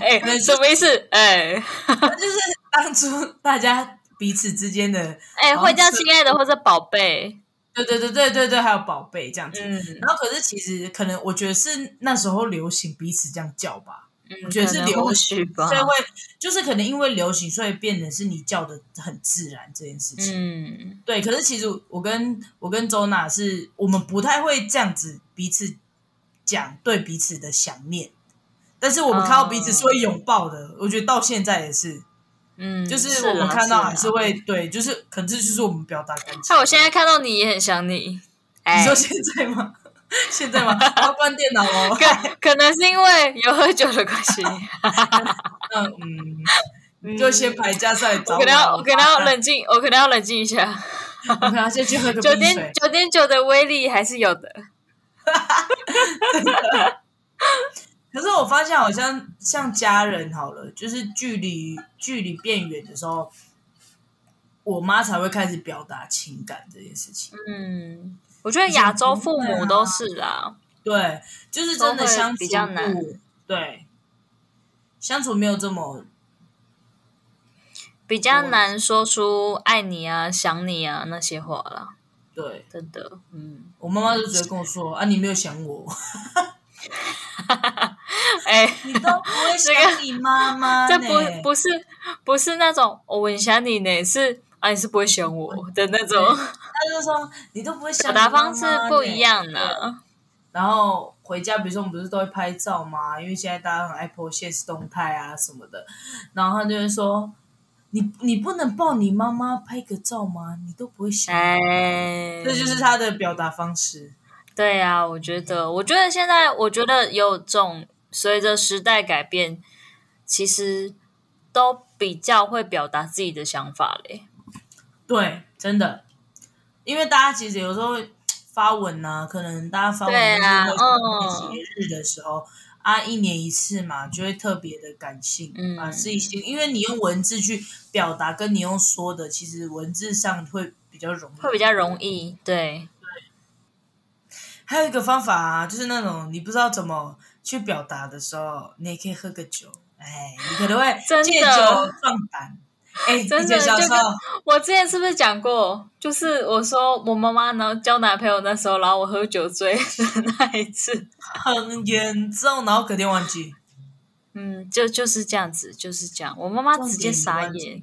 Speaker 2: 哎、
Speaker 1: 能是
Speaker 2: 什么意思？哎、”，
Speaker 1: 就是当初大家彼此之间的，
Speaker 2: 哎、
Speaker 1: 好像
Speaker 2: 会叫
Speaker 1: 哦是
Speaker 2: 亲爱的或者宝贝，
Speaker 1: 对对对对对对，还有宝贝这样子。
Speaker 2: 嗯，
Speaker 1: 然后可是其实可能我觉得是那时候流行彼此这样叫吧，我
Speaker 2: 嗯
Speaker 1: 觉得是
Speaker 2: 可能
Speaker 1: 流
Speaker 2: 或许吧
Speaker 1: 所以，会就是可能因为流行，所以变得是你叫的很自然这件事情。
Speaker 2: 嗯，
Speaker 1: 对，可是其实我跟我跟周娜是我们不太会这样子彼此讲对彼此的想念，但是我们看到彼此是会拥抱的。我觉得到现在也是，
Speaker 2: 嗯，
Speaker 1: 就是
Speaker 2: 啦
Speaker 1: 我们看到还
Speaker 2: 啦
Speaker 1: 是会对，就是可能这就是我们表达感情。
Speaker 2: 那我现在看到你也很想你，哎、
Speaker 1: 你说现在吗？现 在吗？我要关电脑哦。
Speaker 2: 可可能是因为有喝酒的关 系，
Speaker 1: 那嗯，就先排假再来找
Speaker 2: 我可能要我可能要
Speaker 1: 冷，
Speaker 2: 冷静，我可能要冷静一下。
Speaker 1: 我可能要先去喝个
Speaker 2: 九
Speaker 1: 冰
Speaker 2: 点
Speaker 1: 水。
Speaker 2: 九点九的威力还是有的，
Speaker 1: 可是我发现好像像家人好了，就是距离距离变远的时候，我妈才会开始表达情感这件事情。
Speaker 2: 嗯，我觉得亚洲父母
Speaker 1: 啊
Speaker 2: 都是啦，
Speaker 1: 对，就是真的相处
Speaker 2: 都会比较难
Speaker 1: 不对，相处没有这么
Speaker 2: 比较
Speaker 1: 啊
Speaker 2: 难说出爱你啊、想你啊那些话啦，
Speaker 1: 对。
Speaker 2: 真的，嗯，
Speaker 1: 我妈妈就直接跟我说：“啊，你没有想我，
Speaker 2: 哎、
Speaker 1: 你都不会想你妈妈呢
Speaker 2: 这不不是不是那种、哦、我很想你呢，是啊你是不会想我的那种
Speaker 1: 她就说：“你都不会想
Speaker 2: 表
Speaker 1: 你妈
Speaker 2: 达
Speaker 1: 妈
Speaker 2: 方
Speaker 1: 呢
Speaker 2: 式不一。样呢。
Speaker 1: 然后回家，比如说我们不是都会拍照吗？因为现在大家很爱 po 现实动态啊什么的，然后他就会说：“你你不能抱你妈妈拍个照吗？你都不会想。
Speaker 2: 哎，
Speaker 1: 这就是他的表达方式。
Speaker 2: 对啊，我觉得，我觉得现在，我觉得有种随着时代改变，其实都比较会表达自己的想法嘞。
Speaker 1: 对，真的，因为大家其实有时候会发文呐、可能大家发文
Speaker 2: 对啊
Speaker 1: 就是会
Speaker 2: 嗯
Speaker 1: 想节日的时候。啊，一年一次嘛，就会特别的感性，啊
Speaker 2: 嗯
Speaker 1: 把自己心，因为你用文字去表达，跟你用说的，其实文字上会比较容易，
Speaker 2: 会比较容易，对，
Speaker 1: 还有一个方法啊，就是那种你不知道怎么去表达的时候，你也可以喝个酒，哎，你可能会
Speaker 2: 真的
Speaker 1: 借酒壮胆。哎，
Speaker 2: 真的
Speaker 1: 以前小时候，
Speaker 2: 我之前是不是讲过？就是我说我妈妈然后交男朋友那时候，然后我喝酒醉的那一次，
Speaker 1: 很严重，然后隔天忘记。
Speaker 2: 嗯，就就是这样子，就是这样。我妈妈直接傻
Speaker 1: 重点
Speaker 2: 眼，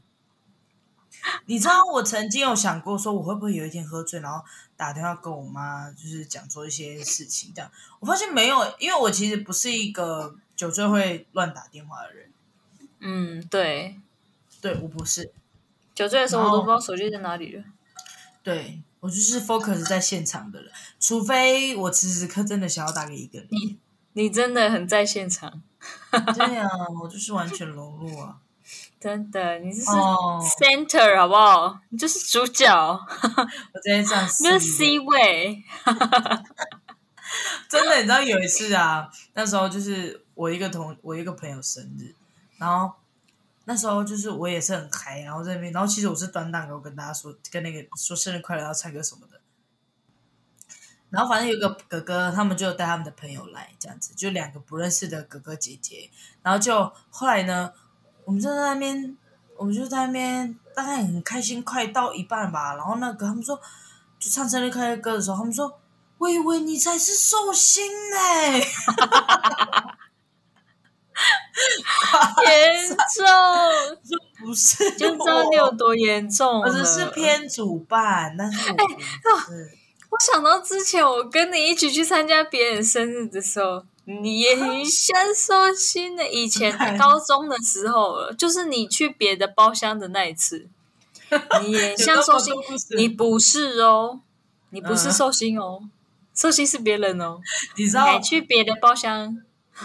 Speaker 1: 你知道我曾经有想过，说我会不会有一天喝醉，然后打电话跟我妈，就是讲说一些事情这样。我发现没有，因为我其实不是一个酒醉会乱打电话的人，
Speaker 2: 嗯，对，
Speaker 1: 对我不是，
Speaker 2: 酒醉的时候我
Speaker 1: 然后
Speaker 2: 都不知道手机在哪里了。
Speaker 1: 对我就是 focus 在现场的人，除非我此时此刻真的想要打给一个人。
Speaker 2: 你真的很在现场，
Speaker 1: 对啊，我就是完全融入啊。
Speaker 2: 真的，你这是
Speaker 1: 哦，
Speaker 2: center 好不好？你就是主角，
Speaker 1: 我直接这样
Speaker 2: 你就是
Speaker 1: 死
Speaker 2: C 位。
Speaker 1: 真的，你知道有一次啊，那时候就是我一个同我一个朋友生日，然后那时候就是我也是很嗨，然后在那边，然后其实我是端蛋糕跟大家说跟那个说生日快乐，要唱歌什么的。然后反正有一个哥哥，他们就带他们的朋友来，这样子就两个不认识的哥哥姐姐。然后就后来呢，我们就在那边，我们就在那边，大概很开心，快到一半吧。然后那个他们说，就唱生日快乐歌的时候，他们说我以为你才是寿星呢、
Speaker 2: 严重，
Speaker 1: 不 是，
Speaker 2: 就知道你有多严重
Speaker 1: 我
Speaker 2: 了。哎哦
Speaker 1: 只是偏主办，但是我不是、
Speaker 2: 我想到之前我跟你一起去参加别人生日的时候，你也很像寿星的。以前高中的时候了，就是你去别的包厢的那 一次，你也很像寿星
Speaker 1: 有那么多故事。
Speaker 2: 你不是哦，你不是
Speaker 1: 嗯
Speaker 2: 寿星哦，寿星是别人哦。
Speaker 1: 你知
Speaker 2: 你还
Speaker 1: 道，
Speaker 2: 去别的 包厢，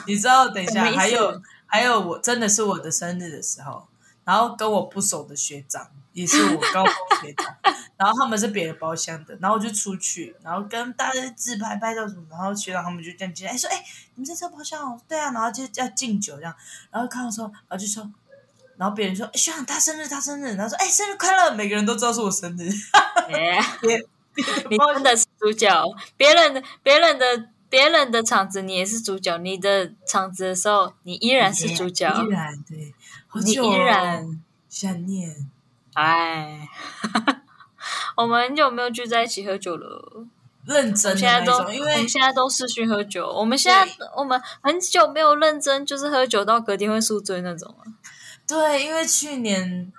Speaker 1: 你知道，等一
Speaker 2: 什么
Speaker 1: 下
Speaker 2: 意思
Speaker 1: 还有还有，我真的是我的生日的时候，然后跟我不熟的学长，也是我高中学 长，然后他们是别的包厢的，然后我就出去，然后跟大家自拍拍照什么，然后学长他们就这样进来，哎说哎、你们在这个包厢哦，对啊，然后就要敬酒这样，然后看到说，然后就说。然后别人说：“哎，学长，他生日，他生日。”然后说：“哎，生日快乐！”每个人都知道是我生日。
Speaker 2: 哎， 你
Speaker 1: 包
Speaker 2: 真的是主角。别人的别人的别人的场子，你也是主角。你的场子的时候，你依然是主角，
Speaker 1: 依然对，好
Speaker 2: 你
Speaker 1: 久、
Speaker 2: 依
Speaker 1: 哦、
Speaker 2: 然
Speaker 1: 想念。
Speaker 2: 哎。 我们很久没有聚在一起喝酒了，
Speaker 1: 认真
Speaker 2: 我
Speaker 1: 的
Speaker 2: 现在
Speaker 1: 那
Speaker 2: 都
Speaker 1: 种，因
Speaker 2: 我
Speaker 1: 为
Speaker 2: 们现在都视讯喝酒。我们现在我们很久没有认真，就是喝酒到隔天会宿醉那种了。
Speaker 1: 对，因为去年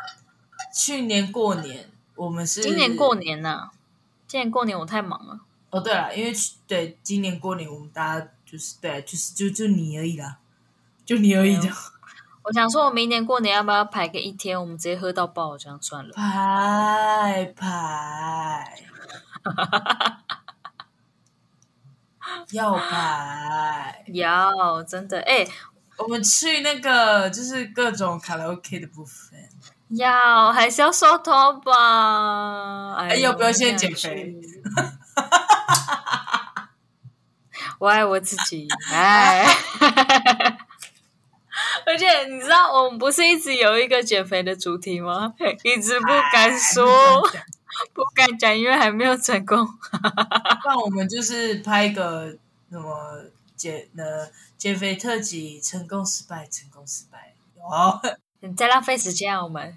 Speaker 1: 去年过年我们是
Speaker 2: 今年过年呐、今年过年我太忙了。
Speaker 1: 哦，对了，因为去对今年过年我们大家就是对，啊就是就就你而已啦，就你而已
Speaker 2: 没
Speaker 1: 的
Speaker 2: 有。我想说，我明年过年要不要排个一天，我们直接喝到爆，这样 算了。
Speaker 1: 拍拍，要拍。
Speaker 2: 要真的哎、
Speaker 1: 我们去那个就是各种卡拉 OK 的部分。
Speaker 2: 要还是要收头吧？哎
Speaker 1: 哎要不要现在
Speaker 2: 我
Speaker 1: 减
Speaker 2: 不想
Speaker 1: 肥
Speaker 2: 去？我爱我自己， 哎。而且你知道，我们不是一直有一个减肥的主题吗？一直不敢说，哎不敢讲，因为还没有成功。
Speaker 1: 那我们就是拍一个什么减呃减肥特辑，成功失败，成功失败。哦，
Speaker 2: 你在嗯浪费时间啊，我们。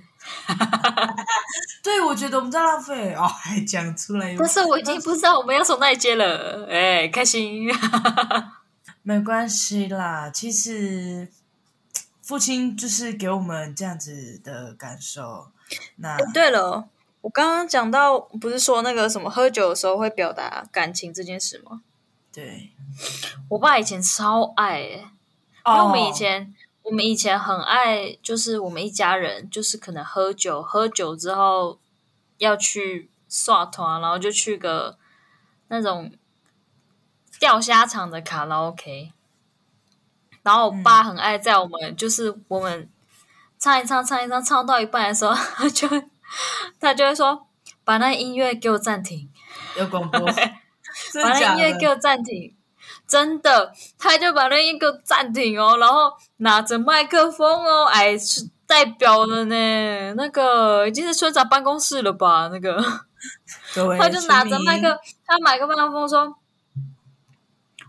Speaker 1: 对，我觉得我们在浪费哦，还讲出来，
Speaker 2: 但是我已经不知道我们要从哪里接了，哎、开心。
Speaker 1: 没关系啦。其实父亲就是给我们这样子的感受。那
Speaker 2: 对了，我刚刚讲到，不是说那个什么喝酒的时候会表达感情这件事吗？
Speaker 1: 对，
Speaker 2: 我爸以前超爱、欸，
Speaker 1: 哦
Speaker 2: 因为我们以前、我们以前很爱，就是我们一家人，就是可能喝酒，喝酒之后要去耍团，然后就去个那种钓虾场的卡拉 OK。然后我爸很爱在我们、就是我们唱一唱唱一唱唱到一半的时候， 他就他就会说把那音乐给我暂停。
Speaker 1: 哦有 广播，真
Speaker 2: 把
Speaker 1: 的
Speaker 2: 那
Speaker 1: 假
Speaker 2: 音乐给
Speaker 1: 的？
Speaker 2: 我暂停，真的，他就把那音乐给我暂停哦，然后拿着麦克风哦，哎，是代表了呢，那个已经是村长办公室了吧？那个，
Speaker 1: 各位，
Speaker 2: 他就拿着麦克，他买个麦克风说：“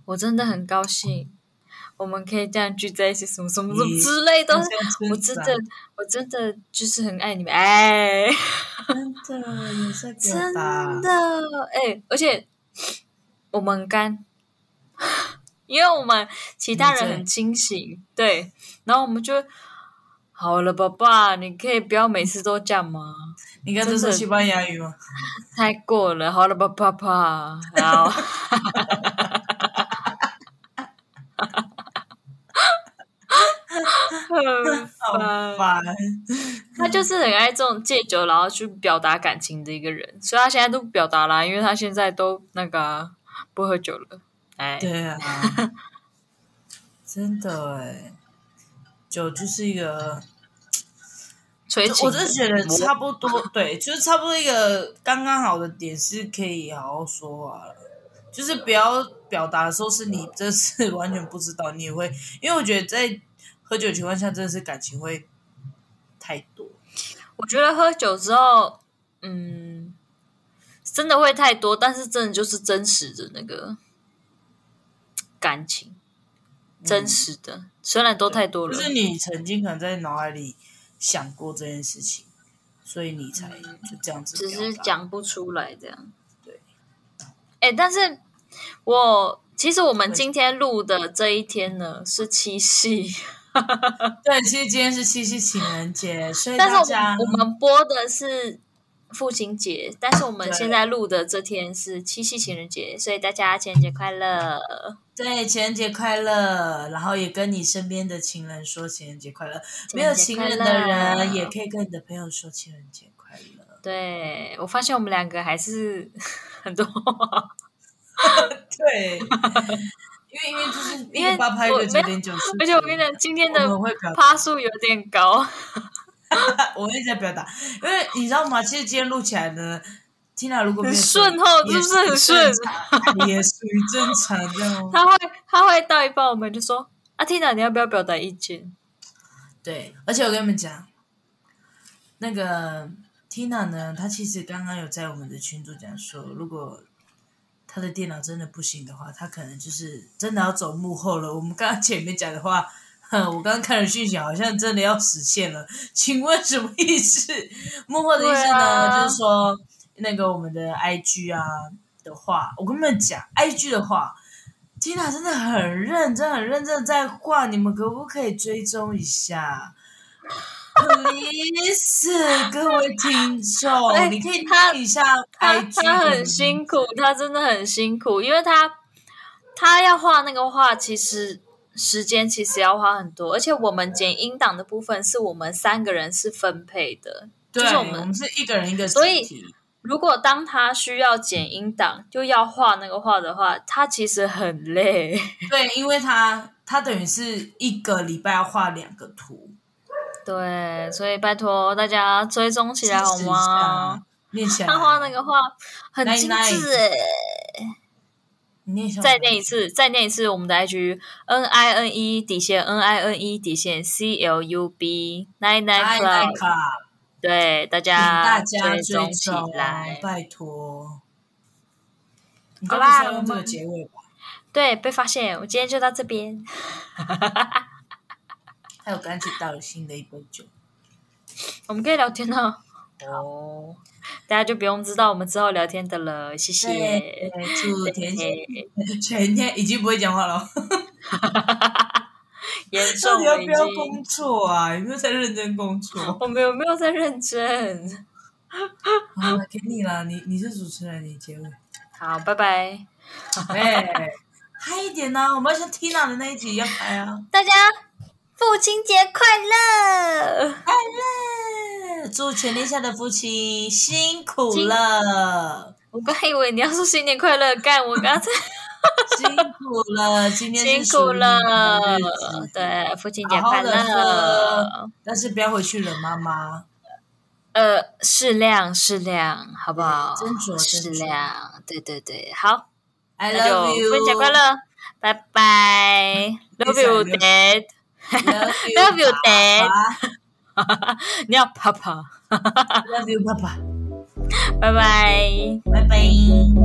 Speaker 2: 我真的很高兴，我们可以这样聚在一起，什么什么什么
Speaker 1: 你
Speaker 2: 之类的。”
Speaker 1: 村民，
Speaker 2: 我真的，我真的就是很爱你们，哎。
Speaker 1: 真的也是表
Speaker 2: 真
Speaker 1: 达，
Speaker 2: 的，哎、而且我们很干， 因为我们其他人很清醒，对，然后我们就好了，爸爸，你可以不要每次都这样吗？
Speaker 1: 你刚才
Speaker 2: 真
Speaker 1: 说
Speaker 2: 的
Speaker 1: 西班牙语吗？
Speaker 2: 太过了，好了，爸爸爸，然后。 很烦，
Speaker 1: 烦，
Speaker 2: 他就是很爱这种借酒然后去表达感情的一个人，所以他现在都不表达啦，因为他现在都那个啊、不喝酒了。哎，
Speaker 1: 对 啊，欸真的哎，酒就是一个
Speaker 2: 垂
Speaker 1: 我
Speaker 2: 青的
Speaker 1: 真的觉得差不多，对，就是差不多一个刚刚好的点是可以好好说话了，就是不要表达的时候是你这是 完全不知道，你也会，因为我觉得在喝酒的情况下，真的是感情会太多，
Speaker 2: 我觉得喝酒之后，嗯，真的会太多，但是真的就是真实的那个感情，真实的。虽然都太多
Speaker 1: 就嗯
Speaker 2: 了，
Speaker 1: 是你曾经可能在脑海里想过这件事情，所以你才就这样子
Speaker 2: 嗯只
Speaker 1: 表达，
Speaker 2: 是讲不出来这样。
Speaker 1: 对。
Speaker 2: 哎、但是我其实我们
Speaker 1: 对
Speaker 2: 今天录的这一天呢是七夕，
Speaker 1: 对，其实今天是七夕情人节，所以
Speaker 2: 但是
Speaker 1: 大
Speaker 2: 我
Speaker 1: 家
Speaker 2: 们我们播的是父亲节，但是我们
Speaker 1: 对
Speaker 2: 现在录的这天是七夕情人节，所以大家情人节快乐！
Speaker 1: 对，情人节快乐！然后也跟你身边的情人说情人节快乐，没有情人的人也可以跟你的朋友说情人节快乐。
Speaker 2: 对，我发现我们两个 还是很多话，
Speaker 1: 对， 因为因为就是一
Speaker 2: 因为
Speaker 1: 个八拍一
Speaker 2: 我
Speaker 1: 个九点九四，
Speaker 2: 而且我跟你讲，今天
Speaker 1: 我
Speaker 2: 的
Speaker 1: 们会表达，
Speaker 2: 趴数有点高，
Speaker 1: 我一直在表达，因为你知道吗？其实今天录起来呢。Tina 如果没有
Speaker 2: 很顺哦
Speaker 1: 也
Speaker 2: 是不是很顺
Speaker 1: 正常也属于正常这 样哦。
Speaker 2: 他会他会到一半，我们就说：“阿 Tina，你要不要表达意见
Speaker 1: 对，而且我跟你们讲，那个 Tina 呢，她其实刚刚有在我们的群组讲说，如果她的电脑真的不行的话，她可能就是真的要走幕后了。我们刚刚前面讲的话， 哼我刚刚看了讯息，好像真的要实现了。请问什么意思？幕后的意思呢，
Speaker 2: 对啊
Speaker 1: 就是说那个我们的 IG 啊的话，我跟你们讲，IG 的话。Tina 真的很认真、很认真地在画，你们可不可以追踪一下 ？Please，各位听众，
Speaker 2: 哎
Speaker 1: 你可以
Speaker 2: 他
Speaker 1: 看一下？”
Speaker 2: 他
Speaker 1: IG，
Speaker 2: 他很辛苦，他真的很辛苦，因为他他要画那个画，其实时间其实要花很多，而且我们剪音档的部分是我们三个人是分配的，
Speaker 1: 对，
Speaker 2: 就是
Speaker 1: 我
Speaker 2: 我们
Speaker 1: 是一个人一个
Speaker 2: 所以
Speaker 1: 主题
Speaker 2: 如果当他需要剪音档，又要画那个画的话，他其实很累。
Speaker 1: 对，因为他他等于是一个礼拜要画两个图，
Speaker 2: 对，所以拜托大家追踪起来好
Speaker 1: 支持一
Speaker 2: 吗
Speaker 1: 下？？念起来，
Speaker 2: 他画那个画很精致诶、
Speaker 1: 你念一下，
Speaker 2: 再念一，次，再念一次我们的 IG N I N E 底线 N I N E 底线 C L U B Nine
Speaker 1: 哎爱
Speaker 2: Nine
Speaker 1: 耐
Speaker 2: Club，
Speaker 1: 卡，
Speaker 2: 对大
Speaker 1: 请大
Speaker 2: 家
Speaker 1: 家追
Speaker 2: 踪起
Speaker 1: 踪，
Speaker 2: 来。
Speaker 1: 拜托。你
Speaker 2: 好
Speaker 1: 刚
Speaker 2: 啦
Speaker 1: 刚是要用这个
Speaker 2: 我们
Speaker 1: 结尾吧？
Speaker 2: 对，被发现，我今天就到这边。
Speaker 1: 还有赶紧倒了新的一杯酒。
Speaker 2: 我们可以聊天呢。哦，大家就不用知道我们之后聊天的了，谢
Speaker 1: 对
Speaker 2: 谢。，
Speaker 1: 祝甜心
Speaker 2: 嘿
Speaker 1: 全天已经不会讲话了。
Speaker 2: 严
Speaker 1: 到
Speaker 2: 重
Speaker 1: 底要
Speaker 2: 了
Speaker 1: 不
Speaker 2: 已
Speaker 1: 要
Speaker 2: 经，
Speaker 1: 工作啊？有没有在认真工 作？
Speaker 2: 我们有没有在认真？
Speaker 1: 好了，啊给你了，你你是主持人，你 结尾。
Speaker 2: 好，拜拜，
Speaker 1: 哎，嗨一点呐、我们要像 Tina 的那一集一样嗨啊！
Speaker 2: 大家父亲节快乐！
Speaker 1: 快乐，祝全天下的父亲辛苦了，
Speaker 2: 我刚以为你要说新年快乐，干 我刚才
Speaker 1: 辛苦了，今天
Speaker 2: 辛
Speaker 1: 是
Speaker 2: 苦
Speaker 1: 属于你
Speaker 2: 了
Speaker 1: 的日子，
Speaker 2: 对，父亲节
Speaker 1: 好
Speaker 2: 快
Speaker 1: 好地
Speaker 2: 乐
Speaker 1: 喝。但是不要回去了，妈妈。
Speaker 2: 呃，适量，适量，好不好？
Speaker 1: 对斟酌
Speaker 2: 适
Speaker 1: 斟酌
Speaker 2: 量，对对对，好。
Speaker 1: I
Speaker 2: 那就
Speaker 1: love you，
Speaker 2: 哎分享快乐，拜 拜，Love you, Dad，
Speaker 1: ，Love
Speaker 2: Love you, Dad
Speaker 1: Dad，Love
Speaker 2: 你要 Papa，
Speaker 1: you，爸爸，
Speaker 2: 拜拜。
Speaker 1: 拜拜。